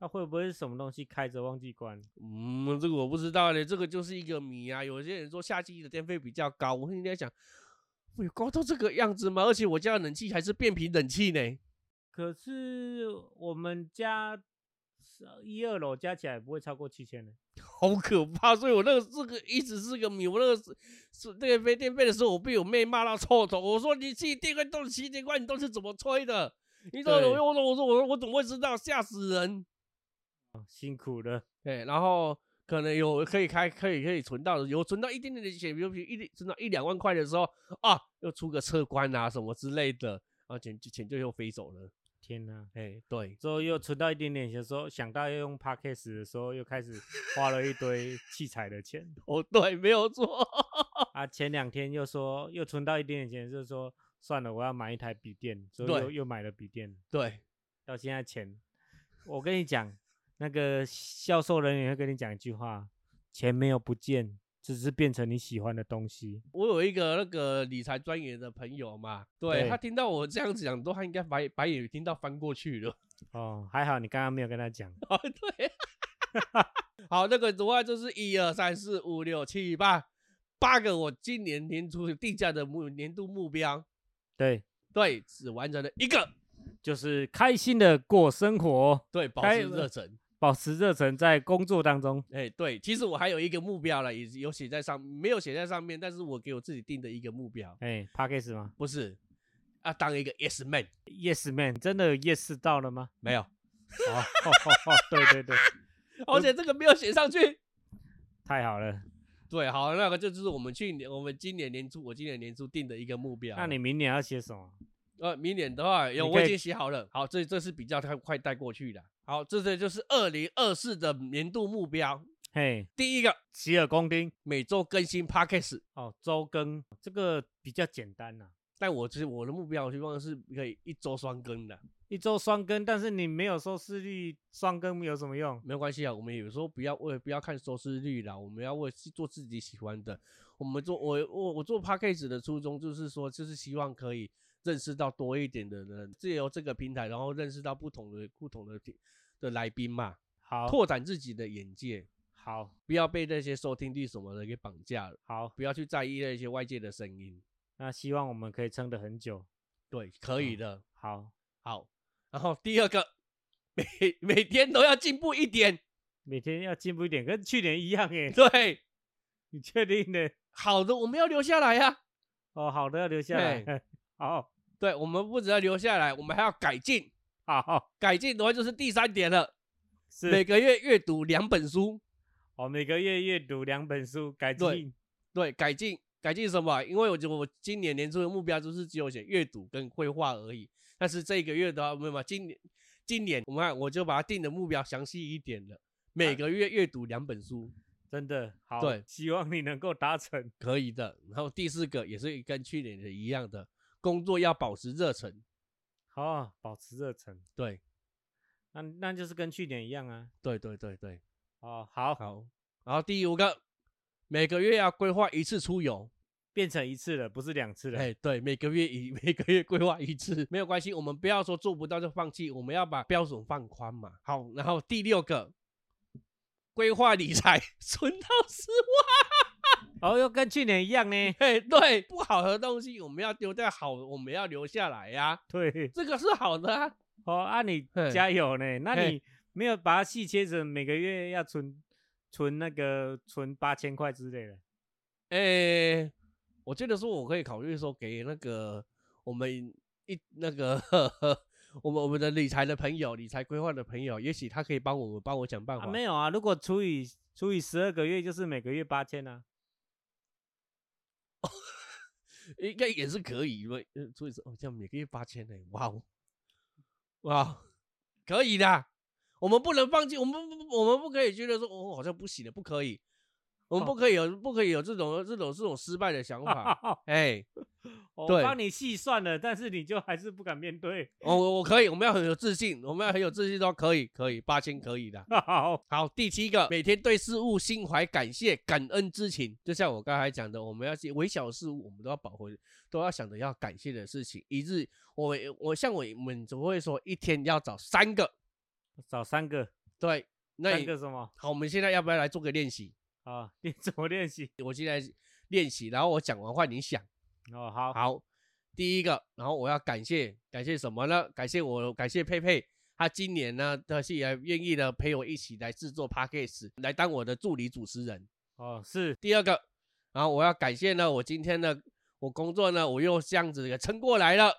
[SPEAKER 2] 那、会不会是什么东西开着忘记关？
[SPEAKER 1] 嗯，这个我不知道嘞，这个就是一个谜啊。有些人说夏季的电费比较高，我现在想，哎呦，高到这个样子吗？而且我家的冷气还是变频冷气呢。
[SPEAKER 2] 可是我们家一二楼加起来不会超过七千的。
[SPEAKER 1] 好可怕！所以我那个这个一直是个谜。我那个是是那个飞电费的时候，我被我妹骂到臭头。我说你自己电费都是七千块，你都是怎么吹的？你怎么
[SPEAKER 2] 对
[SPEAKER 1] 我我说我说我说我怎么会知道？吓死人！
[SPEAKER 2] 哦辛苦了，
[SPEAKER 1] 对，然后可能有可以开可以可以存到的，有存到一点点的钱，比如比如一点存到一两万块的时候啊，又出个车关啊什么之类的，然后钱就钱就又飞走了。
[SPEAKER 2] 天哪！
[SPEAKER 1] 哎，对，
[SPEAKER 2] 之后又存到一点点钱的时候，想到要用 podcast 的时候，又开始花了一堆器材的钱。
[SPEAKER 1] 哦对，没有错。 [laughs]
[SPEAKER 2] 啊，前两天又说又存到一点点钱，就说算了，我要买一台笔电，之后
[SPEAKER 1] 对
[SPEAKER 2] 又又买了笔电，
[SPEAKER 1] 对，
[SPEAKER 2] 到现在钱，我跟你讲，那个销售人员会跟你讲一句话：钱没有不见，只是变成你喜欢的东西。
[SPEAKER 1] 我有一个那个理财专员的朋友嘛，对
[SPEAKER 2] 对
[SPEAKER 1] 他听到我这样子讲，都他应该白白眼听到翻过去了。 [laughs]
[SPEAKER 2] 哦，还好你刚刚没有跟他讲。
[SPEAKER 1] 啊，对， [laughs] 好，那个的话就是一二三四五六七八八个我今年年初定下的目年度目标，
[SPEAKER 2] 对，
[SPEAKER 1] 对，只完成了一个，
[SPEAKER 2] 就是开心的过生活，
[SPEAKER 1] 对，保
[SPEAKER 2] 该
[SPEAKER 1] 持
[SPEAKER 2] 了
[SPEAKER 1] 热忱。
[SPEAKER 2] 保持热忱在工作当中。
[SPEAKER 1] 哎、对，其实我还有一个目标了，也是有写在上，没有写在上面，但是我给我自己定的一个目标，
[SPEAKER 2] 哎 p a c k a g e 吗
[SPEAKER 1] 不是啊，当一个 yes man，
[SPEAKER 2] ？Yes man，真的有 Yes 到了吗？
[SPEAKER 1] 没有，
[SPEAKER 2] 哦，哦哦哦对对对，
[SPEAKER 1] 而且这个没有写上去，
[SPEAKER 2] 太好了。
[SPEAKER 1] 对，好，那个就就是我们去年，我们今年年初，我今年年初定的一个目标。
[SPEAKER 2] 那你明年要写什么？
[SPEAKER 1] 呃，明年的话，有
[SPEAKER 2] 你
[SPEAKER 1] 我
[SPEAKER 2] 可
[SPEAKER 1] 已
[SPEAKER 2] 以
[SPEAKER 1] 经写好了。好，这这是比较快快带过去的。好，这这就是二零二四的年度目标。
[SPEAKER 2] 嘿，
[SPEAKER 1] 第一个，
[SPEAKER 2] 洗耳恭听
[SPEAKER 1] 每周更新 podcast。
[SPEAKER 2] 哦，周更这个比较简单呐、
[SPEAKER 1] 但我其实我的目标，我希望是可以一周双更的，
[SPEAKER 2] 一周双更，但是你没有收视率，双更有什么用？
[SPEAKER 1] 没有关系啊。我们有时候不要为不要看收视率啦，我们要为做自己喜欢的。我们做我我我做 podcast 的初衷就是说，就是希望可以认识到多一点的人，借由这个平台，然后认识到不同的不同的的来宾嘛，
[SPEAKER 2] 好，
[SPEAKER 1] 拓展自己的眼界。
[SPEAKER 2] 好，
[SPEAKER 1] 不要被那些收听率什么的给绑架了，
[SPEAKER 2] 好，
[SPEAKER 1] 不要去在意那些外界的声音。
[SPEAKER 2] 那希望我们可以撑得很久。
[SPEAKER 1] 对，可以
[SPEAKER 2] 嗯
[SPEAKER 1] 的。
[SPEAKER 2] 好，
[SPEAKER 1] 好，然后第二个，每每天都要进步一点。
[SPEAKER 2] 每天要进步一点，跟去年一样诶。
[SPEAKER 1] 对，
[SPEAKER 2] 你确定的？
[SPEAKER 1] 好的，我们要留下来啊呀、
[SPEAKER 2] 哦，好的，要留下来。 [laughs] 好，
[SPEAKER 1] 对，我们不只要留下来，我们还要改进。
[SPEAKER 2] 好，
[SPEAKER 1] 改进的话就是第三点了，每
[SPEAKER 2] 是
[SPEAKER 1] 个月阅读两本书。
[SPEAKER 2] 哦，每个月阅读两本书，改
[SPEAKER 1] 对
[SPEAKER 2] 进。
[SPEAKER 1] 对，改进改进什么？因为我觉得我今年年初的目标就是只有写阅读跟绘画而已。但是这个月的话，没有嘛，今年今年我们看我就把它定的目标详细一点了，每个月阅读两本书，
[SPEAKER 2] 真的好，
[SPEAKER 1] 对
[SPEAKER 2] 希望你能够达成。
[SPEAKER 1] 可以的。然后第四个也是跟去年的一样的，工作要保持热忱。
[SPEAKER 2] 好、保持热忱。
[SPEAKER 1] 对
[SPEAKER 2] 那那就是跟去年一样啊。
[SPEAKER 1] 对对对对，
[SPEAKER 2] 哦，好，
[SPEAKER 1] 好。然后第五个，每个月要规划一次出游。
[SPEAKER 2] 变成一次了，不是两次了。
[SPEAKER 1] 哎，对，每个月一 [laughs] 每个月规划一次，没有关系，我们不要说做不到就放弃，我们要把标准放宽嘛。好，然后第六个，规划理财， [laughs] 存到十万。
[SPEAKER 2] 哦，又跟去年一样呢。
[SPEAKER 1] 哎，对，不好的东西我们要丢掉，好的我们要留下来呀、
[SPEAKER 2] 对，
[SPEAKER 1] 这个是好的啊。
[SPEAKER 2] 哦，啊你
[SPEAKER 1] 嘿
[SPEAKER 2] 加油呢？那
[SPEAKER 1] 嘿
[SPEAKER 2] 你没有把它细切成每个月要存存那个存八千块之类的。
[SPEAKER 1] 哎，我觉得说我可以考虑说给那个我们一那个 [laughs] 我们我们的理财的朋友，理财规划的朋友，也许他可以帮我们帮我想办
[SPEAKER 2] 啊，
[SPEAKER 1] 法。
[SPEAKER 2] 没有啊，如果除以除以十二个月，就是每个月八千啊。
[SPEAKER 1] 应该也是可以，因为呃，所以说哦，这样每个月八千呢，哇哦，哇哦，可以的。我们不能放弃，我们不我们不可以觉得说哦，好像不行了，不可以。我们不可以有不可以有这种这种这种失败的想法。哎，
[SPEAKER 2] 我
[SPEAKER 1] 对
[SPEAKER 2] 帮你细算了，但是你就还是不敢面对。
[SPEAKER 1] 我我可以，我们要很有自信，我们要很有自信说可以可以，八千可以的。
[SPEAKER 2] 好，
[SPEAKER 1] 好，第七个，每天对事物心怀感谢、感恩之情，就像我刚才讲的，我们要去微小的事物，我们都要保护，都要想着要感谢的事情。一日，我我像我们总会说，一天要找三个，
[SPEAKER 2] 找三个，
[SPEAKER 1] 对，那
[SPEAKER 2] 三
[SPEAKER 1] 你
[SPEAKER 2] 个什么？
[SPEAKER 1] 好，我们现在要不要来做个练习？
[SPEAKER 2] 啊，练怎么练习？
[SPEAKER 1] 我现在练习，然后我讲完换你想。
[SPEAKER 2] 哦，好，
[SPEAKER 1] 好，第一个，然后我要感谢感谢什么呢？感谢我感谢佩佩，她今年呢，她是也愿意呢陪我一起来制作 podcast，来当我的助理主持人。
[SPEAKER 2] 哦，是 [laughs]
[SPEAKER 1] 第二个，然后我要感谢呢，我今天呢，我工作呢，我又这样子给撑过来了。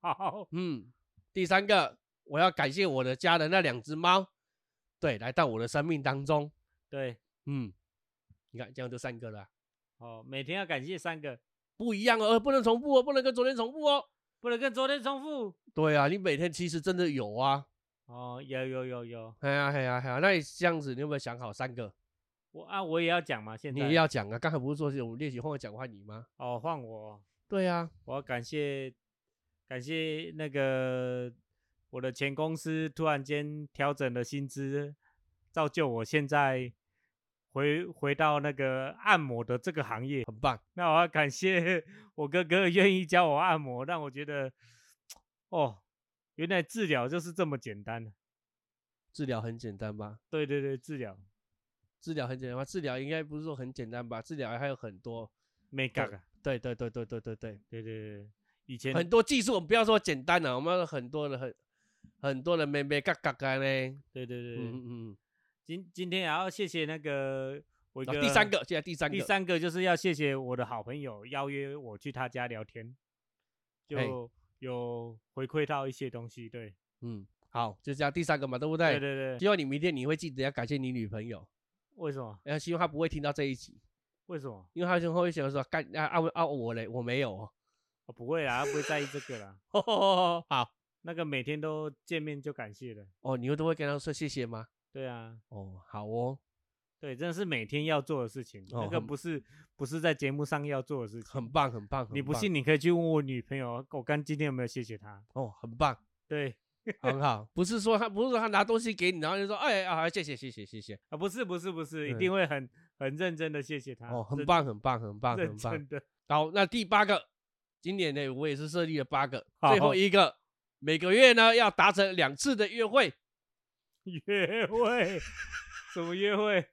[SPEAKER 2] 好，
[SPEAKER 1] 嗯，第三个，我要感谢我的家人那两只猫，对，来到我的生命当中。
[SPEAKER 2] 对，
[SPEAKER 1] 嗯，你看这样就三个了啊，
[SPEAKER 2] 哦，每天要感谢三个，
[SPEAKER 1] 不一样哦，呃不能重复哦，不能跟昨天重复哦。
[SPEAKER 2] 不能跟昨天重复。
[SPEAKER 1] 对啊，你每天其实真的有啊，
[SPEAKER 2] 哦，有有有有，
[SPEAKER 1] 哎呀哎呀哎呀，那你这样子你有没有想好三个？
[SPEAKER 2] 我啊，我也要讲嘛，现
[SPEAKER 1] 你
[SPEAKER 2] 在
[SPEAKER 1] 也要讲啊，刚才不是说有练习后讲话你吗？
[SPEAKER 2] 哦，换我，
[SPEAKER 1] 对啊，
[SPEAKER 2] 我要感谢感谢那个我的前公司突然间调整了薪资，造就我现在回回到那个按摩的这个行业。
[SPEAKER 1] 很棒，
[SPEAKER 2] 那我要感谢我哥哥愿意教我按摩，让我觉得哦，原来治疗就是这么简单。
[SPEAKER 1] 治疗很简单吧？
[SPEAKER 2] 对对对，治疗
[SPEAKER 1] 治疗很简单吧？治疗应该不是说很简单吧？治疗还有很多，
[SPEAKER 2] 没嘎嘎。
[SPEAKER 1] 对对对对对对对，
[SPEAKER 2] 对对对，以前
[SPEAKER 1] 很多技术我们不要说简单了、我们有很多的很很多人没没嘎嘎嘎呢。
[SPEAKER 2] 对对对，对
[SPEAKER 1] 嗯嗯
[SPEAKER 2] 今今天也要谢谢那个我一
[SPEAKER 1] 嗯，
[SPEAKER 2] 个、
[SPEAKER 1] 好第三个，现在第三个，
[SPEAKER 2] 第三个就是要谢谢我的好朋友邀约我去他家聊天，
[SPEAKER 1] 嘿
[SPEAKER 2] 就有回馈到一些东西。对
[SPEAKER 1] 嗯，好，就这样第三个嘛，对不对？
[SPEAKER 2] 对对对，
[SPEAKER 1] 希望你明天你会记得要感谢你女朋友，
[SPEAKER 2] 为什么？
[SPEAKER 1] 然后希望她不会听到这一集，
[SPEAKER 2] 为什么？
[SPEAKER 1] 因为她就会想说干啊啊啊我嘞，我没有哦。 [laughs]
[SPEAKER 2] 哦、不会啦，他不会在意这个啦。
[SPEAKER 1] 好
[SPEAKER 2] 那个每天都见面就感谢了。
[SPEAKER 1] 哦，你会都会跟她说谢谢吗？
[SPEAKER 2] 对啊，
[SPEAKER 1] 哦，好哦，
[SPEAKER 2] 对，真的是每天要做的事情，
[SPEAKER 1] 哦
[SPEAKER 2] 那个
[SPEAKER 1] 很
[SPEAKER 2] 不是不是在节目上要做的事情。
[SPEAKER 1] 很棒很棒，很
[SPEAKER 2] 你不
[SPEAKER 1] 棒
[SPEAKER 2] 信，你可以去问我女朋友，哦我刚今天有没有谢谢她。
[SPEAKER 1] 哦，很棒。
[SPEAKER 2] 对
[SPEAKER 1] 很好，不是说他不是说他拿东西给你，然后就说哎啊谢谢谢谢谢谢，
[SPEAKER 2] 啊，不是不是不是，一
[SPEAKER 1] 对
[SPEAKER 2] 定会很很认啊真的谢谢她。
[SPEAKER 1] 哦，很
[SPEAKER 2] 认
[SPEAKER 1] 棒很棒很棒
[SPEAKER 2] 认
[SPEAKER 1] 很棒。
[SPEAKER 2] 真的。
[SPEAKER 1] 好，那第八个，今年呢我也是设立了八个，
[SPEAKER 2] 好
[SPEAKER 1] 最后一个，每个月呢要达成两次的约会，
[SPEAKER 2] 约会？什么约会？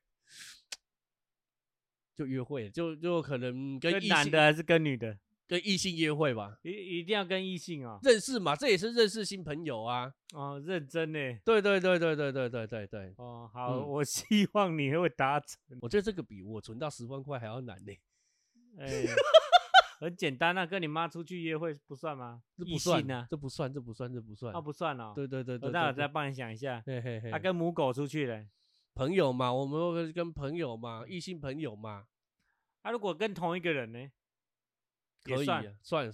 [SPEAKER 1] 就约会，就就可能跟
[SPEAKER 2] 跟
[SPEAKER 1] 异
[SPEAKER 2] 男
[SPEAKER 1] 性
[SPEAKER 2] 的还是跟女的？
[SPEAKER 1] 跟异性约会吧，
[SPEAKER 2] 一一定要跟异性啊、
[SPEAKER 1] 认识嘛，这也是认识新朋友啊。
[SPEAKER 2] 哦！认真呢。
[SPEAKER 1] 对对对对对对对对对，
[SPEAKER 2] 哦，好，
[SPEAKER 1] 嗯
[SPEAKER 2] 我 [laughs] 希望你会达成。
[SPEAKER 1] 我觉得这个比我存到十万块还要难呢、
[SPEAKER 2] 哎很简单啊，跟你妈出去约会不算吗？
[SPEAKER 1] 这
[SPEAKER 2] 异
[SPEAKER 1] 不算
[SPEAKER 2] 性啊，
[SPEAKER 1] 这不算这不算这不算
[SPEAKER 2] 啊，不算哦。
[SPEAKER 1] 对对对
[SPEAKER 2] 我
[SPEAKER 1] 对，
[SPEAKER 2] 待会
[SPEAKER 1] 对
[SPEAKER 2] 再啊
[SPEAKER 1] 对
[SPEAKER 2] 帮你想一下。
[SPEAKER 1] 嘿嘿嘿
[SPEAKER 2] 他、跟母狗出去嘞，
[SPEAKER 1] 朋友嘛，我们会跟朋友嘛，异性朋友嘛，
[SPEAKER 2] 他、如果跟同一个人呢？也
[SPEAKER 1] 可以啊
[SPEAKER 2] 算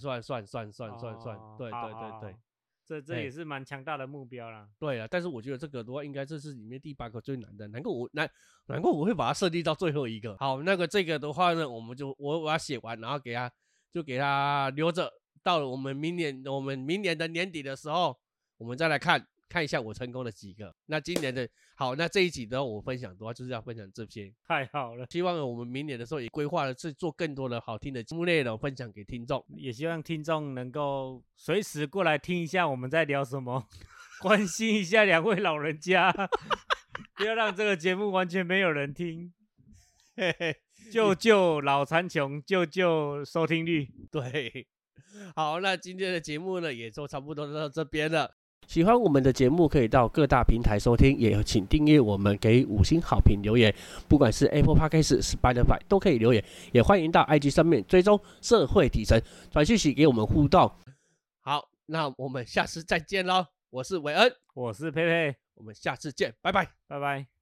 [SPEAKER 1] 算算算算算算
[SPEAKER 2] 哦
[SPEAKER 1] 算，对
[SPEAKER 2] 好
[SPEAKER 1] 对
[SPEAKER 2] 好
[SPEAKER 1] 对对
[SPEAKER 2] 好这这
[SPEAKER 1] 嘿
[SPEAKER 2] 也是蛮强大的目标啦。
[SPEAKER 1] 对啊！但是我觉得这个的话，应该这是里面第八个最难的，难怪我难难怪我会把它设定到最后一个。好，那个这个的话呢，我们就我把它写完，然后给它就给它留着，到了我们明年我们明年的年底的时候，我们再来看看一下我成功的几个。那今年的好，那这一集的话我分享的话就是要分享这些，
[SPEAKER 2] 太好了，
[SPEAKER 1] 希望我们明年的时候也规划了是做更多的好听的节目内容分享给听众。
[SPEAKER 2] 也希望听众能够随时过来听一下我们在聊什么， [laughs] 关心一下两位老人家， [laughs] 不要让这个节目完全没有人听。
[SPEAKER 1] 嘿嘿，
[SPEAKER 2] 救救老残穷，救救收听率。
[SPEAKER 1] [laughs] 对，好，那今天的节目呢，也就差不多到这边了。喜欢我们的节目，可以到各大平台收听，也请订阅我们，给予五星好评留言。不管是 Apple Podcast、Spotify 都可以留言，也欢迎到 IG 上面追踪社会底层，传讯息给我们互动。好，那我们下次再见喽！我是韦恩，
[SPEAKER 2] 我是佩佩，
[SPEAKER 1] 我们下次见，拜拜。
[SPEAKER 2] 拜拜。